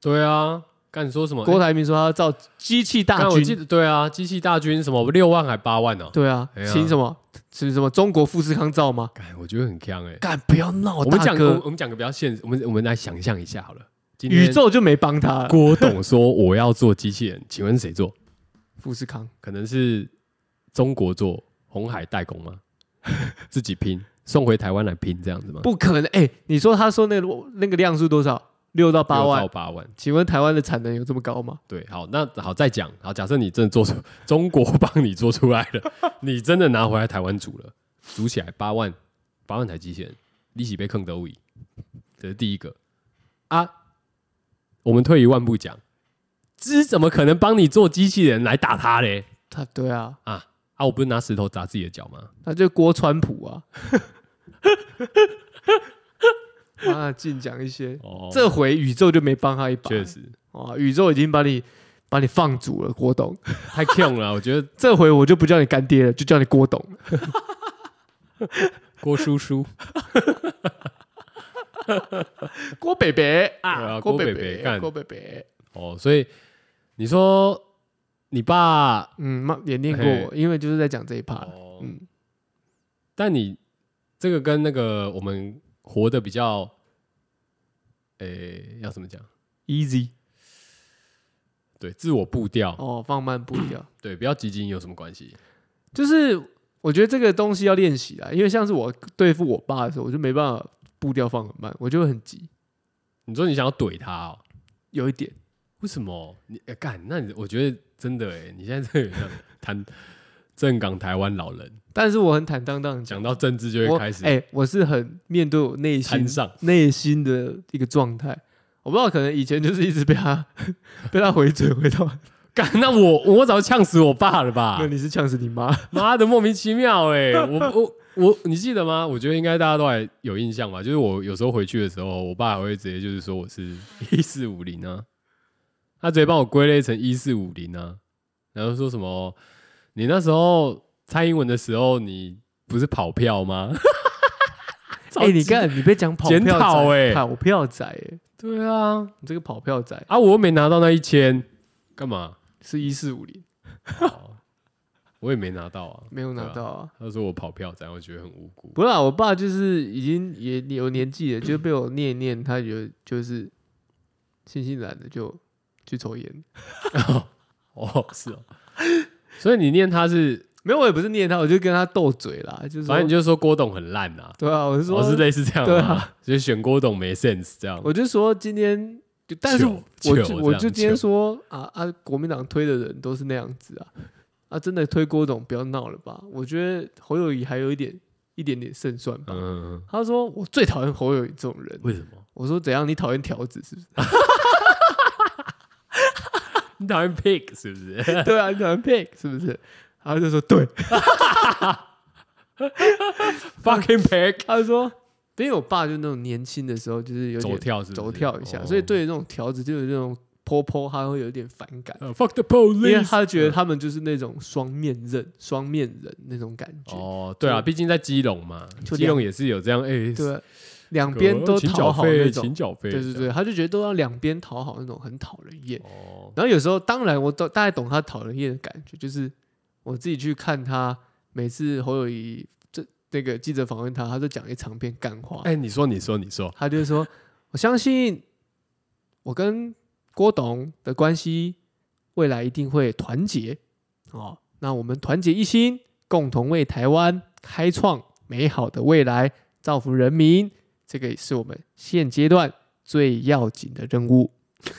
对啊，干你说什么？
郭台铭说他要造机器大
干我记
军，
得对啊，机器大军什么六万还八万哦，
对啊
哎，呀
请什么？请什么？中国富士康造吗？
干我觉得很强哎。
干，不要闹，
我们
大
讲
哥
个，我们讲个比较现实，我们我们来想象一下好了。今天
宇宙就没帮他了。
郭董说我要做机器人，请问谁做？
富士康
可能是中国做红海代工吗？ 自己拼送回台湾来拼这样子吗？
不可能，哎、你说他说那个那个量数多少？六到八
六
万，
到八万，
请问台湾的产能有这么高吗？
对，好，那好再讲，好，假设你真的做出中国帮你做出来了，你真的拿回来台湾煮了，煮起来八万八万台机器人，利息被坑得位，这是第一个。啊，我们退一万步讲，之怎么可能帮你做机器人来打他嘞？
他对啊，
啊，我不是拿石头砸自己的脚吗？
他就郭川普 啊，啊，尽讲一些，
哦，
这回宇宙就没帮他一把，
确实
啊，宇宙已经把你把你放逐了，郭董，
太 king 了，我觉得
这回我就不叫你干爹了，就叫你郭董了，
郭叔叔
郭北北
对
啊，
啊
郭
郭
北
北北干
郭北北，
哦，所以你说你爸
嗯，妈也念过
嘿
我，因为就是在讲这一趴，
哦
嗯，
但你这个跟那个我们活得比较，诶、要怎么讲？
，easy，
对，自我步调，
哦，放慢步调。
对，不要急进有什么关系？
就是我觉得这个东西要练习啦，因为像是我对付我爸的时候，我就没办法步调放很慢，我就会很急，
你说你想要怼他哦？
有一点
为什么？你呃干、那你我觉得真的哎，你现在这个像谈正港台湾老人，
但是我很坦荡荡地讲，
讲到政治就
我
会开始
哎、我是很面对我内心
掺上。
内心的一个状态。我不知道，可能以前就是一直被他 被他回嘴回到，
干、那我我早就呛死我爸了吧
那？你是呛死 你妈，
妈的，莫名其妙哎、我我我，你记得吗？我觉得应该大家都还有印象吧。就是我有时候回去的时候，我爸还会直接就是说我是一四五零啊，他直接帮我归类成一四五零啊，然后说什么你那时候蔡英文的时候，你不是跑票吗？
哎、你看你被讲跑
检
票
讨
仔，
哎
跑票仔、哎，
对啊
你这个跑票仔
啊，我又没拿到那一千，干嘛？
是一四五零，
哦我也没拿到啊，
没有拿
对啊
到啊。
他说我跑票，然后觉得很无辜。
不是、啊，我爸就是已经也有年纪了，就被我念一念，他有就是悻悻然的就去抽烟。
哦，是哦，所以你念他是
没有，我也不是念他，我就跟他斗嘴啦，就是
反正
说
你就说郭董很烂啊，
对啊，我是说，
哦，是类似这样
对啊
吗？ 就是选郭董没 sense 这样。
我就说今天，就但是
糗
我就
糗
我
这样
就今天
糗
说啊啊，国民党推的人都是那样子啊啊，真的推郭董不要闹了吧？我觉得侯友谊还有一点一点点胜算吧。
嗯，
他说我最讨厌侯友谊这种人。
为什么？
我说怎样？你讨厌条子是不 是？
你讨厌 pig 是不 是？
对啊，你讨厌 pig 是不是？他就说对。
？fucking pig，
他就说，因为我爸就那种年轻的时候，就是有
走
点
跳是不是
走跳一下，
哦
所以对于那种条子，就有那种泼泼，他会有点反感，
呃 fuck the
因为
police，
他觉得他们就是那种双面刃、双面人那种感觉，
哦，对啊，毕竟在基隆嘛，
就
基
两
隆也是有这样哎，
对，啊两边都
请缴
讨好
费
那
请
种，
缴费，
对对对，他就觉得都要两边讨好那种，很讨人厌
这。样。哦，
然后有时候，当然我都大概懂他讨人厌的感觉，就是我自己去看他每次侯友谊这那个记者访问他，他都讲一长篇干话，
哎，你说，你说，你说，
他就说：“我相信我跟郭董的关系未来一定会团结哦。那我们团结一心，共同为台湾开创美好的未来，造福人民，这个也是我们现阶段最要紧的任务。”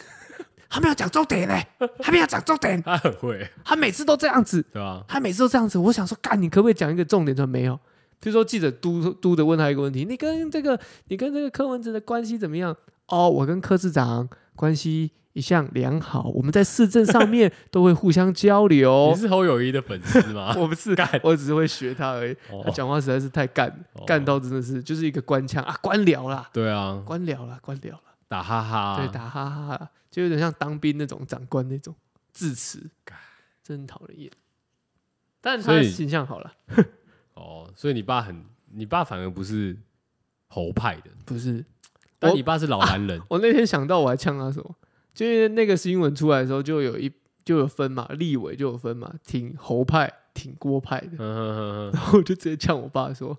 他没有讲重点嘞，他没有讲重点，
他很会，
他每次都这样子，
对吧？
他每次都这样子，我想说，干，你可不可以讲一个重点？他说没有。譬如说，记者嘟嘟的问他一个问题：你跟这个，你跟这个柯文哲的关系怎么样？哦，我跟柯市长关系一向良好，我们在市政上面都会互相交
你
流。
是侯友谊的粉丝 吗？
我不是
干，
我只是会学他而已。
哦
他讲话实在是太干
哦，
干到真的是就是一个官腔啊，官僚啦，
对啊，
官僚啦，官僚啦，
打哈啊哈，
对，打哈哈啦，就有点像当兵那种长官那种致辞，真讨人厌。但他
所
的
以
形象好了，
哦，所以你爸很，你爸反而不是猴派的，
不是
但你爸是老
啊
男人，
我那天想到我还呛他什么，就是那个新闻出来的时候，就有一就有分嘛，立委就有分嘛，挺侯派、挺郭派的
嗯。哼哼哼
然后我就直接呛我爸说：“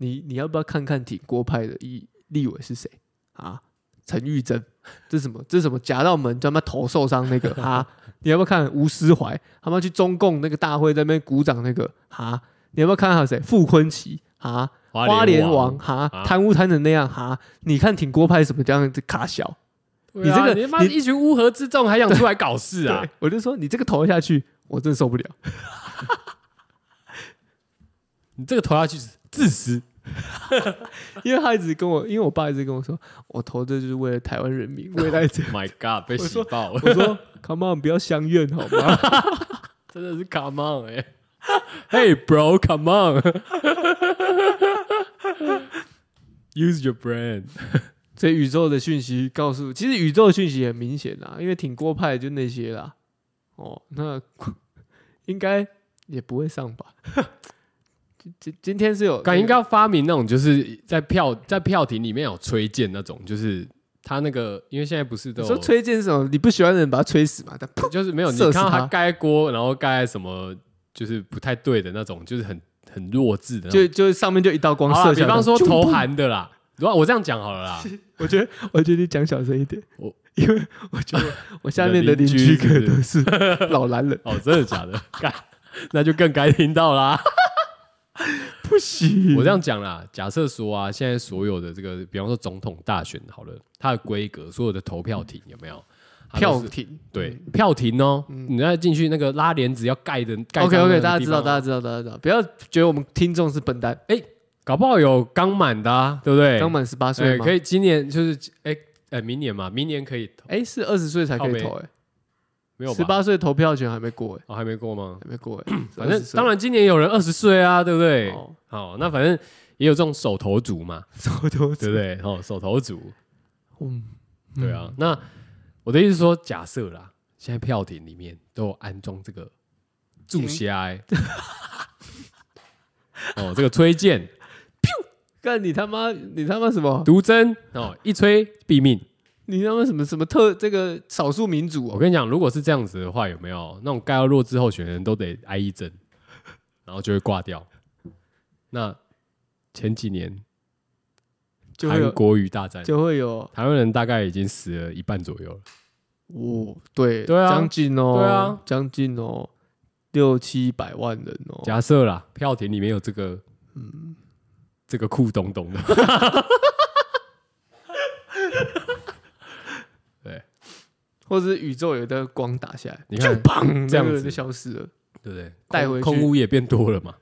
你你要不要看看挺郭派的立立委是谁啊？陈玉珍，这什么这什么夹到门专门头受伤那个啊？你要不要看吴思怀？他们去中共那个大会在那边鼓掌那个啊？你要不要看还有谁？傅昆奇啊？花莲王，哈
啊
贪污贪成那样哈，你看挺郭派什么这样子卡小，
对啊
你这个
你妈
你
一群乌合之众，还想出来搞事啊
对？我就说你这个投下去，我真 受不了。
你这个投下去是自私，
因为他一直跟我，因为我爸一直跟我说，我投这就是为了台湾人民，未来 者。
Oh My God，被
我
洗
说
爆了，
我说，Come on，不要相怨好吗？
真的是 Come on 哎、欸、，Hey bro，Come on，Use your brain。
所以宇宙的讯息告诉，其实宇宙的讯息很明显啦，因为挺锅派的就那些啦。哦，那 应该也不会上吧？ 今今今天是有
感应该要发明那种，就是在票在票亭里面有吹剑那种，就是他那个，因为现在不是都
你
有
说吹剑是什么？你不喜欢的人把他吹死嘛？但噗
就是没有，你看
射死
到他
他
盖锅，然后盖什么，就是不太对的那种，就是很很弱智的那种。
就就上面就一道光
好啦
射
比
下来。
方说
就
投韩的啦，如果我这样讲好了啦，
我觉得，我觉得你讲小声一点，
我啊
因为我觉得我下面
你的
的
邻
邻
居
居可能是老男人，
哦，真的假的？干，那就更该听到啦。
不行。
我这样讲啦，假设说啊，现在所有的这个，比方说总统大选好了，它的规格，所有的投票亭有没有它都
票
是
停
对，票亭哦，你要进去那个拉帘子要盖的盖
OK
上那
OK，
个
大家
地
知道，
方啊
大家知道，大家知道，不要觉得我们听众是笨蛋，
搞不好有刚满的、啊，对不对？
刚满十八
哎
岁吗
可？以今年就是哎哎明年嘛，明年可以投，
哎，是二十岁才可以投，
没有
哎，
吧？
十八岁投票权还没过，哎，
哦，还没过吗？
还没过，哎，
反正当然今年有人二十岁啊，对不对？
哦
好，那反正也有这种手头族嘛，
手头
对不对？哦，手头族，
嗯，
对啊。那我的意思是说，假设啦，现在票亭里面都有安装这个注虾、欸，哦，这个推荐
干你他妈，你他妈什么？
毒针哦，一吹毙命。
你他妈什么什么特这个少数民族
我
哦？
跟你讲，如果是这样子的话，有没有那种盖到弱智候选人都得挨一针，然后就会挂掉？那前几年
就会
韩
有
国瑜大战，
就会有
台湾人大概已经死了一半左右了。
哦，对，
对啊
将近哦，
对啊，
将近哦，六七百万人哦，
假设啦，票亭里面有这个，嗯，这个酷东东的，对
或者是宇宙有一道光打下来，
你看
就砰，
这样
那个
子
人就消失了。
对不对？
带回去
空空屋也变多了嘛。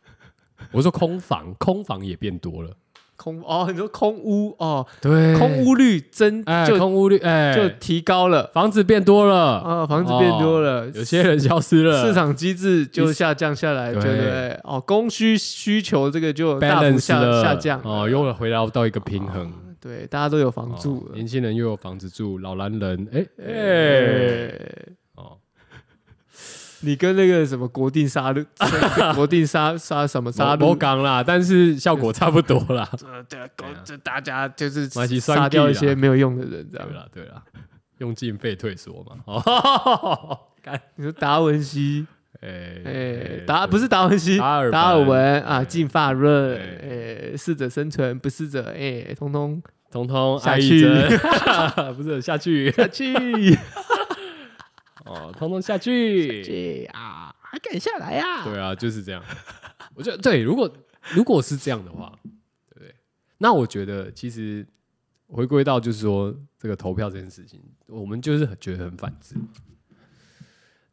我说空房，空房也变多了，
空哦，你说空屋哦，
对
空屋率增
哎，
就
空屋率哎，
就提高了
房子变多了
啊，房子变多了，
哦有些人消失了，
市场机制就下降下来，
对
对不对？哦，供需需求这个就大幅
balance
下
了
下降
哦，
了
又回到到一个平衡。
对，大家都有房
哦
住了
年，轻人又有房子住，老男人哎哎
哎。
哦，
你跟那个什么国定杀 戮、国定杀杀什么杀
沙罗
戮，
港啦，但是效果差不多 啦。
呃，对啊，
对啊
这大家就是
马来西亚
杀掉一些没有用的人，这
啊对
样。
啦对啦，用进废退缩嘛。哦，干
你说达文西，
哎
哎，达不是达文西，
达尔文
达尔文啊，
对
进发论，
对
哎，适者生存，不适者，哎，通通
通通
下
爱一
去
针， 不是下去
下 去，
哦，通通下去。
去啊，还敢下来啊？
对啊，就是这样。 我觉得对，如果如果是这样的话，对不对？那我觉得其实回归到就是说这个投票这件事情，我们就是很觉得很反智。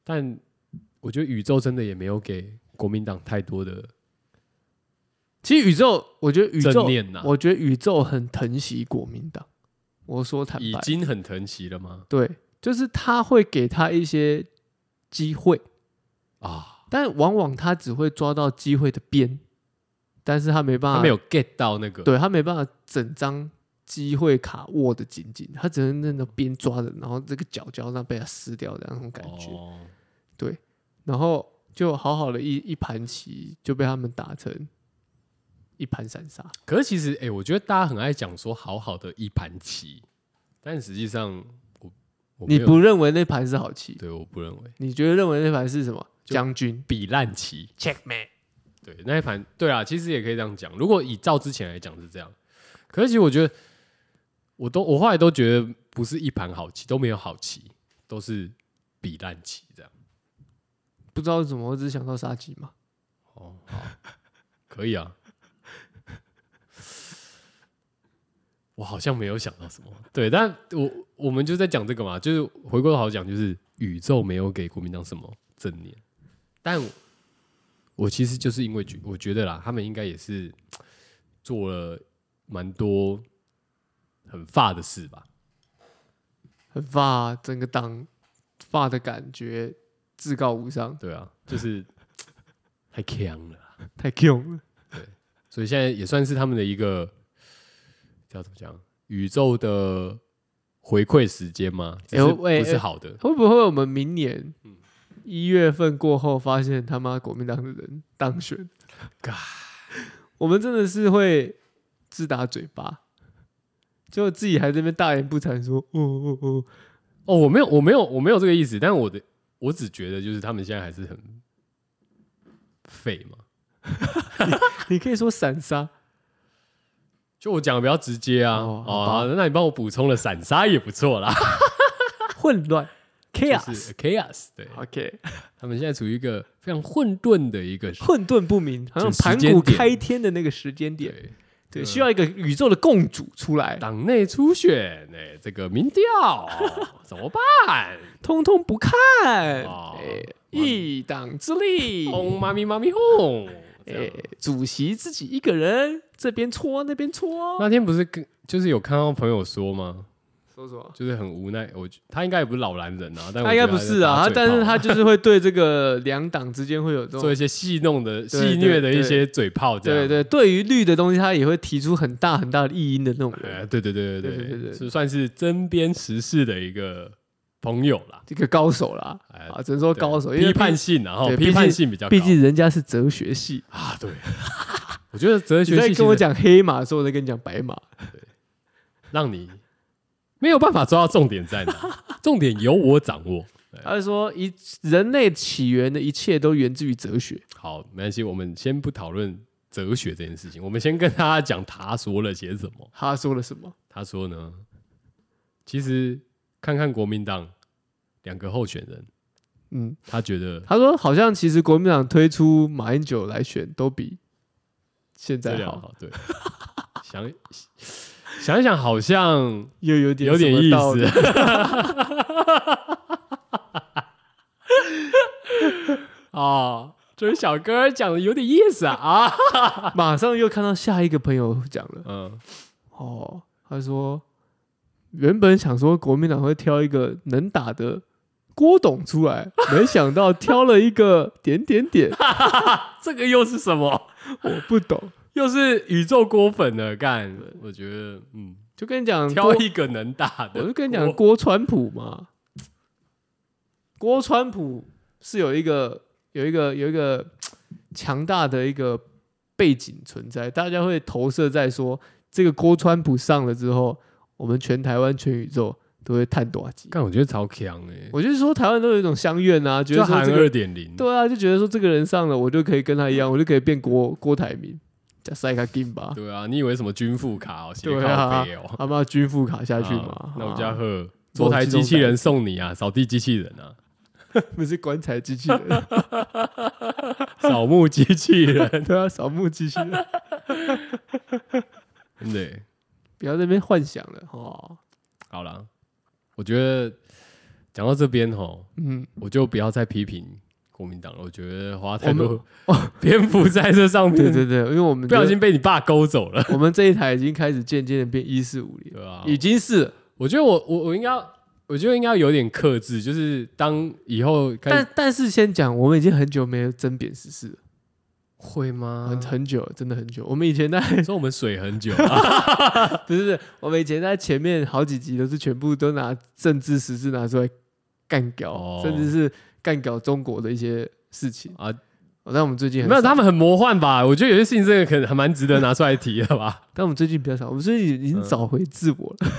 但我觉得宇宙真的也没有给国民党太多的
其实宇宙，我觉得宇
正
宙，
念啊呐、
我觉得宇宙很疼惜国民党。我说坦
已
白，
经很疼惜了吗？
对，就是他会给他一些机会，
啊，
但往往他只会抓到机会的边，但是他没办法，
他没有 get 到那个，
对他没办法整张机会卡握得紧紧，他只能那种边抓着，然后这个脚脚上被他撕掉的那种感觉，
哦
然后就好好的一一盘棋就被他们打成一盘散沙。
可是其实，哎、我觉得大家很爱讲说好好的一盘棋，但实际上我我没
你
有
不认为那盘是好棋？
对，我不认为
你觉得认为那盘是什么？
就
将军
比烂棋。
checkmate，
对，那一盘对啊，其实也可以这样讲。如果以照之前来讲是这样，可是其实我觉得，我都我后来都觉得不是一盘好棋，都没有好棋，都是比烂棋这样。
不知道为什么，我只想到杀鸡嘛。
哦，好，可以啊。我好像没有想到什么，对，但我我们就在讲这个嘛，就是回过头好讲，就是宇宙没有给国民党什么正念，但我其实就是因为觉我觉得啦，他们应该也是做了蛮多很发的事吧。
很发，整个党发的感觉至高无上，
对啊，就是太强了，
太 Q 了。
所以现在也算是他们的一个叫怎么讲，宇宙的回馈时间吗？只
哎
是
呦
不
喂
是好的，
会不会我们明年一月份过后，发现他妈国民党的人当选
God
我们真的是会自打嘴巴，就自己还在那边大言不惭说，哦哦哦，
哦，我没有，我没有，我没有这个意思，但我的我只觉得就是他们现在还是很废嘛。
你可以说散沙，
就我讲的比较直接啊，
哦
哦，
好吧
好那你帮我补充了闪杀也不错啦
混 乱
就是
chaos。
chaos，对
OK，
他们现在处于一个非常混沌的一个时
混沌不明，好像
就时
盘
间
古
点
开天的那个时间点，
对
对，嗯
嗯
需要一个宇宙的共主出来，
党内初选，哎、这个民调哦怎么办？
通通不看，
哦
哎，一党之力，
轰妈咪妈咪轰！这
哎
样，
主席自己一个人这边搓那边搓，
那天不是跟就是有看到朋友说吗？
说什么？
就是很无奈，我他应该也不是老男人啊，但我
他应该
觉得
不是啊，
在
他
打
但
嘴
是
炮
他就是会对这个两党之间会有这
做
种
一些戏弄的、
对
戏虐的
对
一些嘴炮，这
对
样
对，对于绿的东西，他也会提出很大很大的异音的那种人，
呃，对对对
对对
对
对对
对，是算是针砭时事的一个朋友啦，
这个高手啦，
哎
啊，只能说
对
高手，因
批
为
判性啊，然后
对
批判性比较高，
毕竟人家是哲学系，
啊，对， 我觉得哲
你
学系
在
其实
跟我讲黑马的时候，我在跟你讲白马，
让你没有办法抓到重点在哪，重点由我掌握。
他就说一人类起源的一切都源自于哲学，
好，没关系，我们先不讨论哲学这件事情，我们先跟大家讲他说了些什么。
他说了什么？
他说呢，其实看看国民党两个候选人，
嗯，
他觉得
他说好像其实国民党推出马英九来选都比现
这
在
两
好，
好对，想想一想，好像
又有点
有点
什么
意
道理。
思。哦，这位小哥讲的有点意思啊啊，
马上又看到下一个朋友讲了，
嗯，
哦，他说原本想说国民党会挑一个能打的郭董出来，没想到挑了一个点 点点，
这个又是什么？
我不懂。
又是宇宙锅粉的干？我觉得，嗯，
就跟你讲，
挑
郭
一个能打的，
我就跟你讲，
我
郭川普嘛，郭川普是有一个有一个有一个强大的一个背景存在，大家会投射在说，这个郭川普上了之后，我们全台湾全宇宙都会探多集。
干，我觉得超强哎，
我就是说，台湾都有一种相怨啊，觉
就
得说
含
这
二
个
点零，
对啊，就觉得说这个人上了，我就可以跟他一样，我就可以变郭郭台铭，加塞卡金吧，
对啊，你以为什么军富卡哦，斜
对
靠
啊
背哦，
他妈军富卡下去嘛
啊，那我家
啊
贺坐台机器人送你啊，扫地机器人啊，
不是棺材机器人。
扫墓机器人，
对啊，扫墓机器人，
对，
不要在那边幻想了哦。
好啦，我觉得讲到这边吼，
嗯，
我就不要再批评国民党了。我觉得花
我
太
们哦
多篇幅在这上面，
对对对，因为我们
不小
这
心被你爸勾走了，
我们这一台已经开始渐渐的变一四五零，
对吧、
已经是了，
我觉得我我我应该要，我觉得应该要有点克制，就是当以后开始
但但是先讲，我们已经很久没有争辩时事了，
会吗
很很久了，真的很久。我们以前在
所以我们水很久、啊，
不是不是，我们以前在前面好几集都是全部都拿政治时事拿出来干掉，
哦
甚至是干掉中国的一些事情啊
啊。
哦但我们最近很
没有
少
他们很魔幻吧？我觉得有些事情这个可能还蛮值得拿出来提的吧？
但我们最近比较少，我们最近已经
嗯
找回自我了。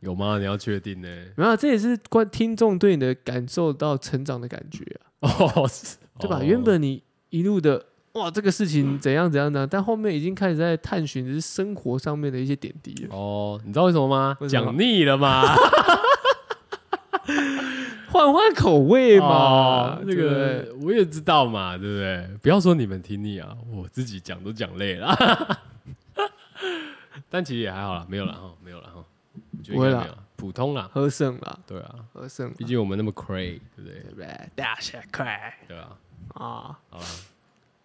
有吗？你要确定 呢、
没有啊，这也是观听众对你的感受到成长的感觉啊。
哦，是
对吧？
哦
原本你一路的哇，这个事情怎样怎样的，但后面已经开始在探寻就是生活上面的一些点滴 了。
哦，你知道为什么吗？
为什么
讲腻了吗？
换换口味嘛
哦，
对
那
不啊对
个我也知道嘛，对不对？不要说你们听腻啊，我自己讲都讲累了。 但其实也还好啦，没有啦哈，没有啦哈，我觉得应该
不会啦
没有啦，普通啦，
喝剩啦，
对啊，
喝剩啦，
毕竟我们那么 cray，对不对
对？不对？大下快
对啊，
啊！
好啦，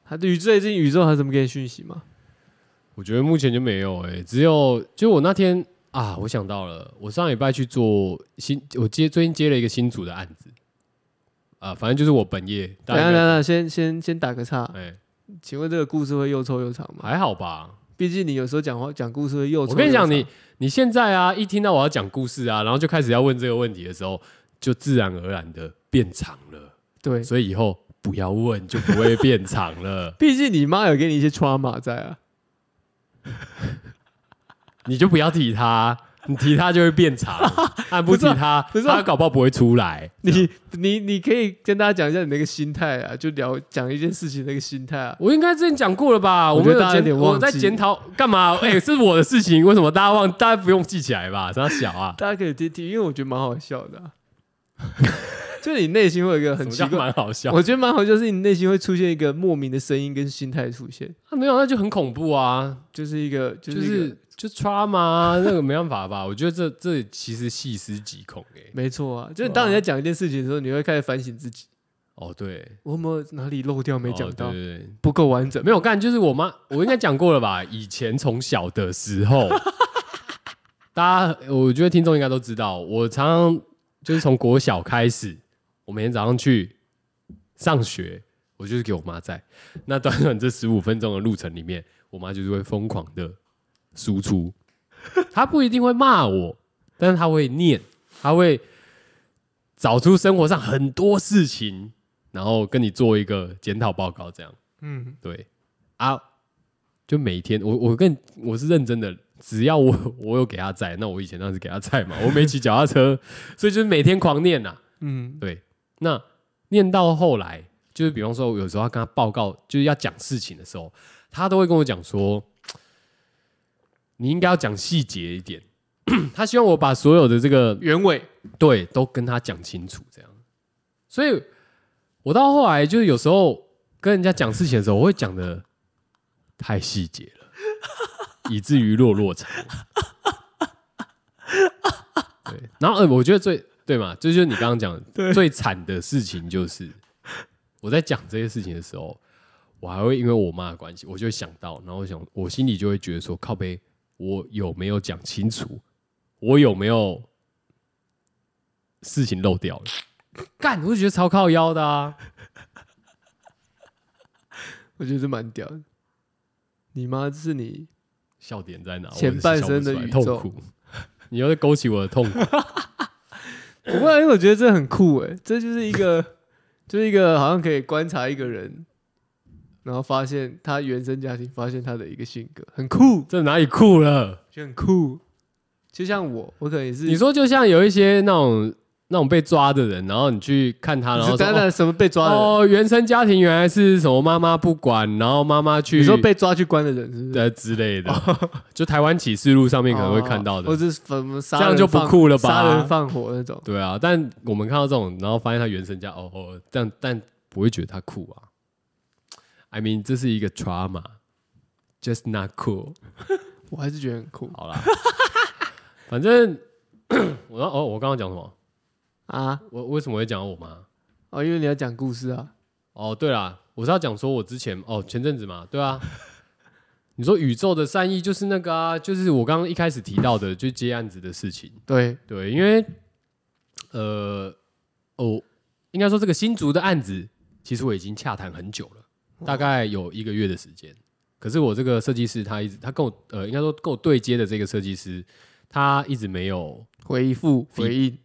他对于最近宇宙还有什么给你讯息吗？
我觉得目前就没有哎、只有就我那天啊，我想到了，我上礼拜去做新，我接最近接了一个新组的案子，啊，反正就是我本业，大
等一下
家应
等一下，等一下先先先打个岔
该，哎、
请问这个故事会又臭又长吗？
还好吧。
毕竟你有时候讲话讲故事会又臭
我跟你
又
讲，
长
你你现在啊，一听到我要讲故事啊，然后就开始要问这个问题的时候，就自然而然的变长了。
对，，
所以以后不要问，就不会变长了
毕竟你妈有给你一些 trauma 在啊。
你就不要提它， 你提它就会变 长，按不
不是
提
啊
它，
不是啊
它搞不好不会出来。
你你你可以跟大家讲一下你那个心态啊，就聊讲一件事情那个心态啊。
我应该之前讲过了吧？
我
我
觉
没
得
有
大家有
检，
点忘
我在
记
检讨干嘛？ 哎、是我的事情，为什么大家忘？大家不用记起来吧？啥小啊？
大家可以听听，因为我觉得蛮好笑的啊、 就你内心会有一个很奇
什么叫
怪，
蛮好笑。
我觉得蛮好笑，就是你内心会出现一个莫名的声音跟心态出现，
啊、没有，那就很恐怖啊！
就是一个就
就是
一个、
是就 trauma 啊 那个没办法吧？我觉得这这其实细思极恐哎、
没错啊，就
对
是
啊
当你在讲一件事情的时候，你会开始反省自己，
哦，对，
我有没有哪里漏掉没讲到，
哦对对对
不够完整。
没有干，就是我妈，我应该讲过了吧？以前从小的时候，大家我觉得听众应该都知道，我常常就是从国小开始，我每天早上去上学，我就是给我妈在。那短短这十五分钟的路程里面，我妈就是会疯狂的输出，她不一定会骂我，但是她会念，她会找出生活上很多事情，然后跟你做一个检讨报告，这样。
嗯，
对啊，就每天我我跟我是认真的，只要我我有给他载，那我以前当时给他载嘛，我没骑脚踏车， 所以就是每天狂念呐、
嗯，
对，那念到后来，就是比方说，我有时候要跟他报告，就是要讲事情的时候，他都会跟我讲说，你应该要讲细节一点。 他希望我把所有的这个
原委
对，都跟他讲清楚这样。所以，我到后来就是有时候跟人家讲事情的时候，我会讲的太细节了，以至于落落长。对，然后、呃、我觉得最对嘛，这就是你刚刚讲的
对
最惨的事情，就是我在讲这些事情的时候，我还会因为我妈的关系，我就会想到，然后我想我心里就会觉得说，靠背，我有没有讲清楚？我有没有事情漏掉了？干，我就觉得超靠腰的啊！
我觉得是蛮屌的。你妈这是你
笑点在哪？我
前半生的
也是
宇
笑不
宙
出来痛苦，你又在勾起我的痛苦。
不过，因 为我觉得这很酷哎，这就是一个， 就是一个好像可以观察一个人，然后发现他原生家庭，发现他的一个性格，很酷，
这哪里酷了？
就很酷。就像我，我可能也是，
你说就像有一些那种那种被抓的人，然后你去看他，然
你
后
是
说
等等什么被抓的人？
哦哦，原生家庭原来是什么妈妈不管，然后妈妈去
你说被哦抓去关的人是不是？
呃之类的，就台湾启示录上面可
哦
能会看到
或
的。
者是什么杀
这样
人
就不
放
酷了吧
杀人放火那种，
对啊，但我们看到这种，然后发现他原生家哦哦，但但不会觉得他酷啊。I mean，这是一个 trauma，just not cool。
我还是觉得很酷
好啦， 反正 我刚哦，我刚刚讲什么？
啊！
我为什么会讲到我妈？
哦，因为你要讲故事啊，
哦，对啦，我是要讲说我之前哦，前阵子嘛，对啊。你说宇宙的善意就是那个啊，就是我刚刚一开始提到的，就接案子的事情。
对，
对，因为呃，哦，应该说这个新竹的案子，其实我已经洽谈很久了，大概有一个月的时间。可是我这个设计师他一直他跟我呃，应该说跟我对接的这个设计师，他一直没有
回复回应，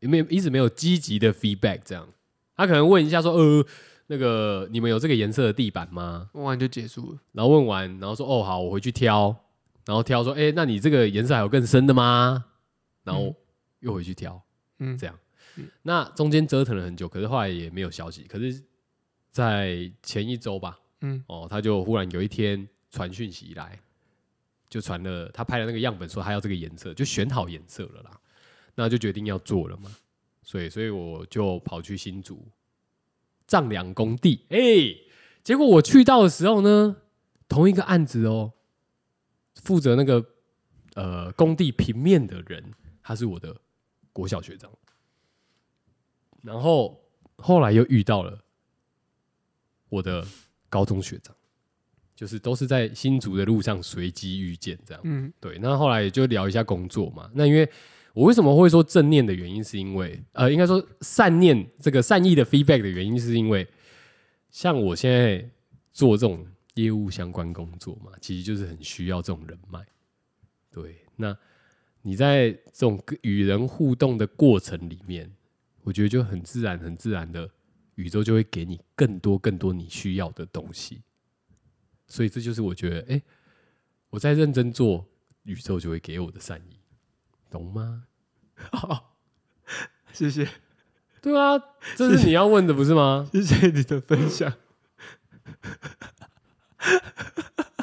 也没有一直没有积极的 feedback，这样他可能问一下说，呃，那个你们有这个颜色的地板吗？
问完就结束了。
然后问完，然后说哦好，我回去挑，然后挑说，哎，那你这个颜色还有更深的吗？然后
嗯
又回去挑，
嗯
这，样。那中间折腾了很久，可是后来也没有消息。可是，在前一周吧，
嗯，
哦，他就忽然有一天传讯息来，就传了他拍的那个样本，说他要这个颜色，就选好颜色了啦。那就决定要做了嘛，所以，所以我就跑去新竹丈量工地。哎、结果我去到的时候呢，同一个案子哦，负责那个呃工地平面的人，他是我的国小学长。然后后来又遇到了我的高中学长，就是都是在新竹的路上随机遇见这样。
嗯
对，那后来也就聊一下工作嘛。那因为我为什么会说正念的原因，是因为呃，应该说善念这个善意的 feedback 的原因，是因为像我现在做这种业务相关工作嘛，其实就是很需要这种人脉。对，那你在这种跟与人互动的过程里面，我觉得就很自然、很自然的，宇宙就会给你更多、更多你需要的东西。所以这就是我觉得，哎、我在认真做，宇宙就会给我的善意，懂吗？
好，谢谢
对啊，这是你要问的不是吗？
谢谢你的分享。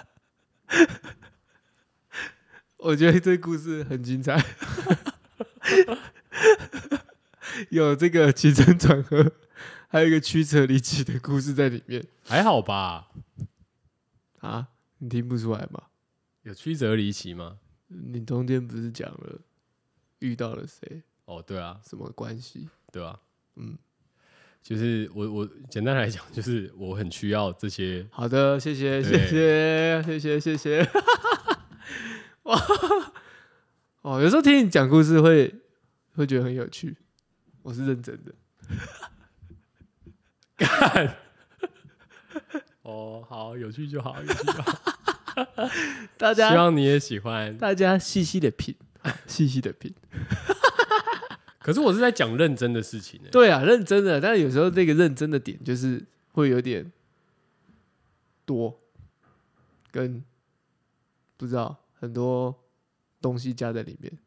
我觉得这故事很精彩， 有这个起承转合，还有一个曲折离奇的故事在里面
还好吧，
啊！你听不出来吗？
有曲折离奇吗？
你中间不是讲了遇到了谁，
哦，对啊，
什么关系？
对啊，
嗯，
就是我我简单来讲，就是我很需要这些，
好的，谢谢，谢谢，谢 谢，谢谢。哇哦，有时候听你讲故事会会觉得很有趣，我是认真的。
哦，好有趣就好，有趣就好，
大
希
家
望你也喜 欢。
大家细细的品， 细细的品。
可是我是在讲认真的事情、欸，
对啊，认真的，但是有时候那个认真的点就是会有点多，跟不知道很多东西加在里面。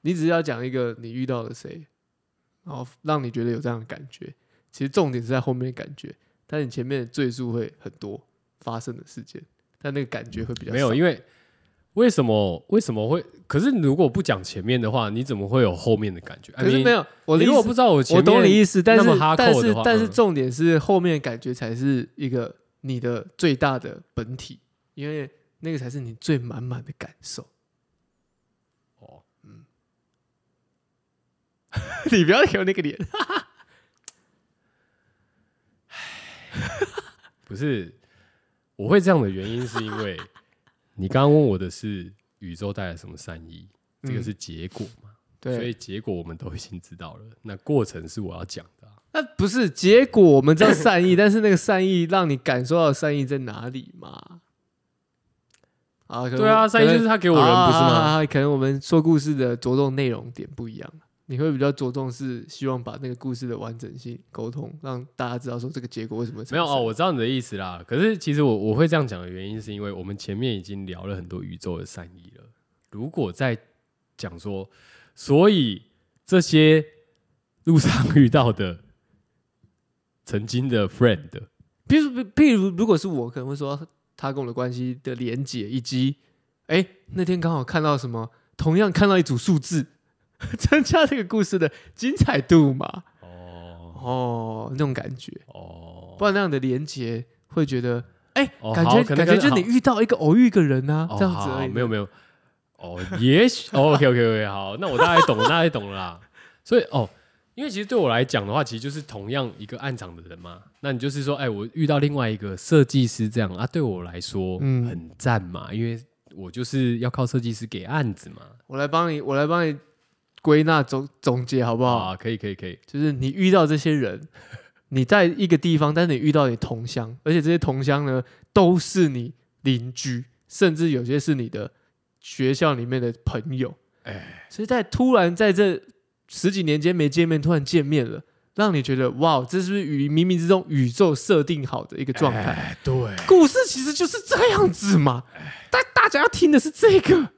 你只是要讲一个你遇到了谁，然后让你觉得有这样的感觉。其实重点是在后面的感觉，但你前面的赘述会很多发生的事件，但那个感觉会比较
没有，
少
因为为什么为什么会？可是你如果不讲前面的话，你怎么会有后面的感觉？
可是没
有，
有，我的
你
意
如果
思
不知道我前
我
面，
懂你意思，但是
那么哈扣的
但是
话
但是
嗯
重点是后面的感觉才是一个你的最大的本体，因为那个才是你最满满的感受。
哦，
你不要有那个脸，
不是，我会这样的原因是因 为你刚刚问我的是宇宙带来什么善意，这个
嗯
是结果嘛？所以
对，
结果我们都已经知道了，那过程是我要讲的啊、
那不是结果，我们知道善意，但是那个善意让你感受到的善意在哪里嘛？啊，可能
对啊，善意就是他给
给
我人，不是吗？
啊？可能我们说故事的着重内容点不一样，你会比较着重是希望把那个故事的完整性沟通，让大家知道说这个结果为什么会
没
产
有哦，
生
我知道你的意思啦。可是其实我我会这样讲的原因，是因为我们前面已经聊了很多宇宙的善意了。如果再讲说，所以这些路上 遇到的曾经的 friend，
比如，譬如，如果是我，可能会说他跟我的关系的连结，以及，哎、那天刚好看到什么，同样看到一组数字， 增加这个故事的精彩度嘛。
哦
哦，那种感觉，
哦，
不然那样的连结会觉得，哎、
哦
感
好
觉
可
感
能
觉
跟
就你
好
遇到一个偶遇一个人啊，
哦
这样子
好
而已。
没有没有，哦，也许、哦、OK OK OK，好，那我大概懂，我大概懂了啦。所以哦，因为其实对我来讲的话，其实就是同样一个暗场的人嘛。那你就是说，哎，我遇到另外一个设计师这样啊，对我来说、
嗯
很赞嘛，因为我就是要靠设计师给案子嘛。
我来帮你，我来帮你归纳总总结好不好？
啊，可以可以可以，
就是你遇到这些人，你在一个地方，但是你遇到你同乡，而且这些同乡呢都是你邻居，甚至有些是你的学校里面的朋友。
哎，
所以在突然在这十几年间没见面，突然见面了，让你觉得哇，这是不是宇冥冥之中宇宙设定好的一个状态？
哎对，
故事其实就是这样子嘛，但大家要听的是这个。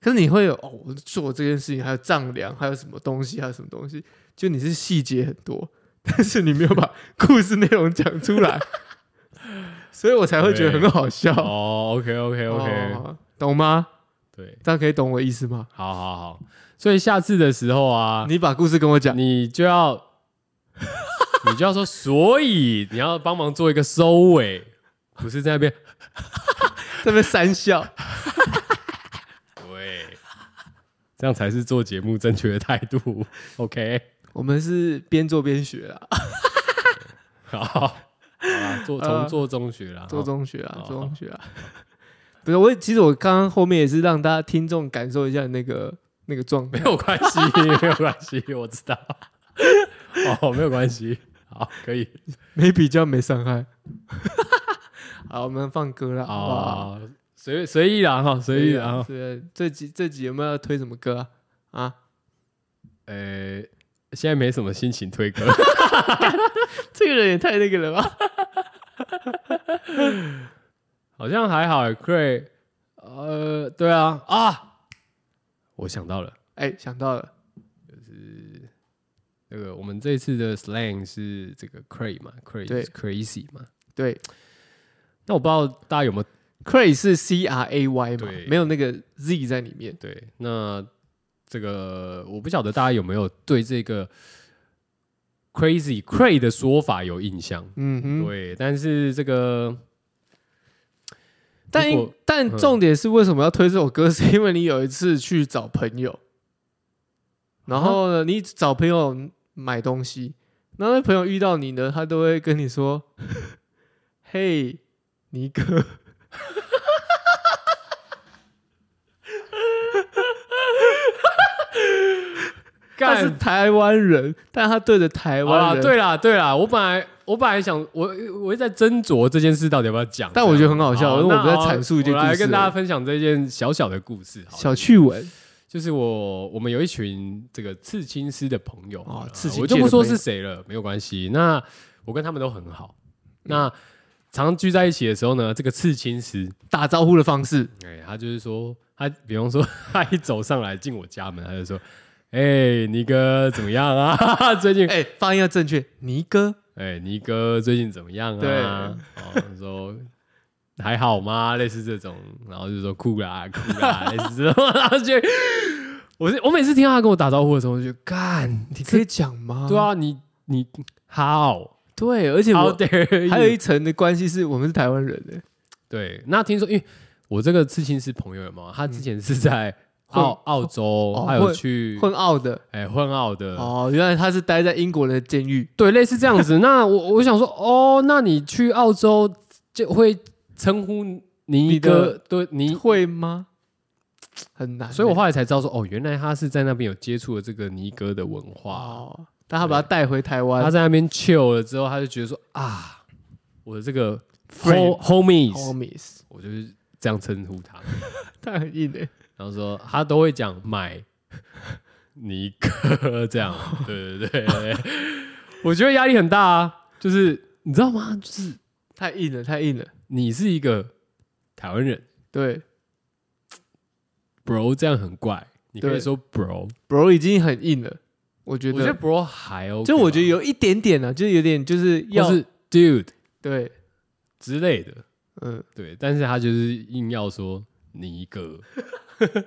可是你会有哦，我做这件事情还有丈量，还有什么东西，还有什么东西，就你是细节很多， 但是你没有把故事内容讲 出来，所以我才会觉得很好笑。
哦，OK OK OK，、
哦懂吗？
对，
这样可以懂我意思吗？
好好好，所以下次的时候啊，
你把故事跟我讲，
你就要， 你就要说，所以你要帮忙做一个收尾，不是在那边
这边三笑，
对，这样才是做节目正确的态度。OK，
啊我们是边做边学啦。
好，好啦做从做中学啦，
呃做
哈
中学啊
哦，
做中学啊。 不是，我其实我刚刚后面也是让大家听众感受一下那个那个状
没
态。
有关 系，没有关系，我知道。哦，没有关系，好，可以
没比较没伤害。 好，我们放歌了，好不好？
哦，随随意啦哈，随意啦哈。
对啊，这集这集有没有要推什么歌啊？啊，
呃，现在没什么心情推歌，
这个人也太那个了吧？
好像还好欸。Cray，呃，对啊啊，我想到了，
哎，想到了，
那个我们这次的 slang 是这个 Cray 嘛，Cray
对
是 crazy 嘛。
对
那我不知道大家有没有
，cray 是 C R A Y 嘛
对，
没有那个 Z 在里面。
对，那这个我不晓得大家有没有对这个 crazy cray 的说法有印象？
嗯哼，
对，但是这个
但
如果
但
嗯
重点是为什么要推这首歌？是因为你有一次去找朋友，然后呢，你找朋友买东西，然后那朋友遇到你呢，他都会跟你说：“嘿，尼哥。”他是
干
台湾人，但他对着台
好
湾
啦，
人，
对啦，对啦，我本来我本来想我我在斟酌这件事到底要不要讲，
但我觉得很好
这样
笑，因为
那
我们在
好
阐述一件
我
故
来
事
跟大家
而已，
分享这件小小的故事好了，
小趣闻。
就是我我们有一群这个刺青师的朋友好了
哦刺青
我就
界
不
的
说
朋友
是谁了，没有关系。那我跟他们都很好，那常聚在一起的时候呢，这个刺青师，
打招呼的方式，
哎、他就是说，他比方说他一走上来进我家门，他就说。哎、尼哥怎么样啊？ 最近哎、
哎、发音要正确，尼哥，
哎尼哥最近怎么样
对
啊？哦，他说还好吗？ 类似这种，然后就说酷啦酷 啦，类似这种，然后就我是我每次听到他跟我打招呼的时候，我就觉得干，
你可以讲吗？
对，啊，你你 how
对，而且
how
我
dare you？
还有一层的关系是我们是台湾人的，
对，那听说因为我这个刺青师朋友有没有？他之前是在
嗯混
澳澳洲
哦，
还有
混
去
混澳的。
哎混澳的，
哦，原来他是待在英国的监狱，
对，类似这样 子。那我我想说，哦，那你去澳洲就会称呼尼
你
哥
的
对
你
尼，
会吗？很难欸，
嗯所以我后来才知道说，哦，原来他是在那边有接触了这个尼哥的文化。
哦，但他把他带回台
他
湾，
在那边 chill 了之后，他就觉得说啊，我的这个
Friend
homies，
homies，
我就是这样称呼他们。
但很硬诶，
然后说他都会讲 买尼克这样，对对对 对，我觉得压力很大啊，就是你知道吗？就是
太硬了，太硬了。
你是一个台湾人
对
，bro 这样很怪，你可以
对
说 bro，
，bro 已经很硬了，我觉
我觉得
得，
bro 还 OK，
就我觉得
吧
有一点点啊，就是有点就是要
或是 dude
对，
之类的，
嗯，
对，但是他就是硬要说尼哥，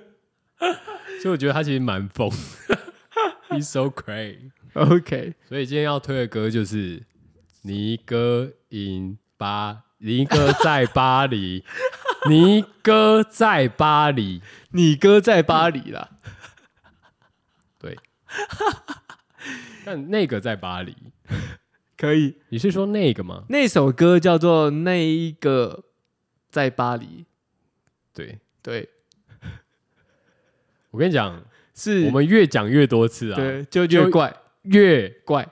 所以我觉得他其实蛮疯 ，he's so crazy。
OK，
所以今天要推的歌就是《尼哥 in 巴》，尼哥在巴黎， 尼哥在巴黎。
你哥在巴黎啦，
对，但那个在巴黎，
可以。
你是说那个吗？
那首歌叫做《那一个在巴黎》，
对，
对，
我跟你讲，
是
我们越讲越多次啊，
对就越
就
怪
越
怪，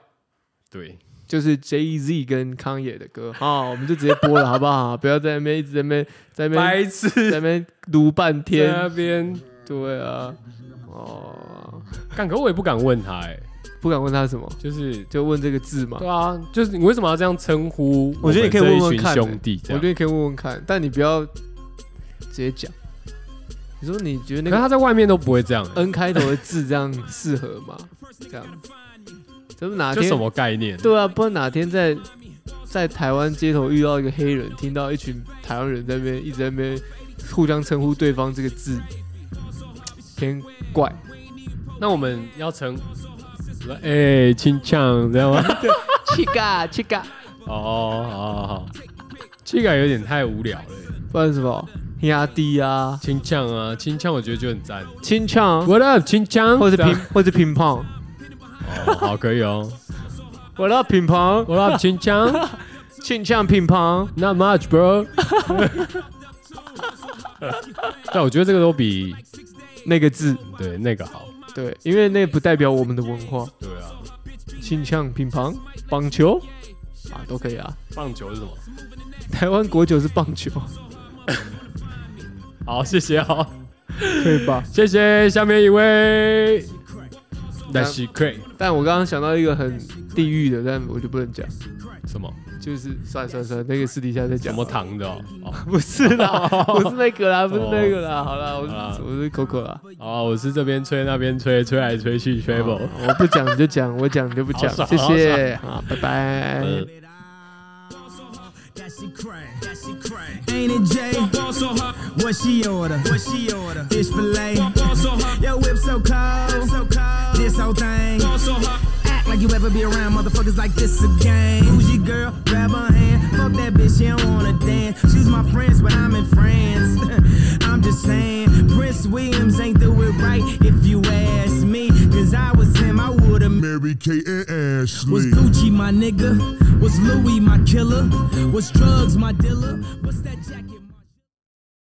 对，
就是 J Z 跟康也的歌啊，我们就直接 播了，好不好？不要在那边一直在那边在那边
白痴
在那边读半
在
天，
那边
对啊，哦，
干，可我也不敢问他、欸，
不敢问他什么，
就是。
就问这个字嘛。
对啊，就是你为什么要这样称呼？
我觉得你可以问问看欸
兄弟这
我
样
觉得。你可以问问看，但你不要直接讲。你说你觉得那
可是
个呃
他在外面都不会这样、欸，
N 开头的字这样适合吗？这样，怎么哪
这
天
什么概念？
对啊，不然哪天在在台湾街头遇到一个黑人，听到一群台湾人在那边一直在那边互相称呼对方这个字，偏怪。
那我们要成，哎，清唱，知道吗？
去嘎去嘎，
哦，好好好，这个有点太无聊了。
不然什么压低啊，
清唱啊，清唱，我觉得就很赞。
清唱，
What up，清唱？
或者
这样
乒或者乒乓，
啊哦，好，可以哦。
我要乒乓，
What up，清唱？
欠呛乒乓，
Not much, bro 。但我觉得这个都比
那个字，
对那个好。
对，因为那不代表我们的文化。
对啊，
欠呛乒乓、棒球啊，都可以啊。
棒球是什么？
台湾国酒是棒球，
好，谢谢哦，
可以吧？
谢谢。下面一位，那是 Craig
但我刚刚想到一个很地狱的，但我就不能讲，
什么
就是算了算了算了，那个私底下再讲
什。么糖的哦？哦
不是 啦，不是那个啦，不是那个啦。好啦，我
好啦
是我是 Coco 啦。
哦，我是这边吹那边吹，吹来吹去吹不。
啊我不讲你就讲，我讲你就不讲
好，爽
谢谢啊，拜拜。
呃
That she cray, that she cray. Ain't it Jay? Ball so hot. What she order? What she order? Fish fillet. Ball so hot. Yo, whip so cold, whip so cold. This whole thing. Ball so hot. Act like you ever be around motherfuckers like this again. Bougie girl, grab her hand. Fuck that bitch, she don't wanna dance. She's my friends, but I'm in France. I'm just saying, Prince Williams ain't do it right if you ask me. Cause I was him, I would've
Mary Kate and
Was
Ashley.
Gucci my nigga? Was Louis my killer? Was drugs my dealer? What's that jacket?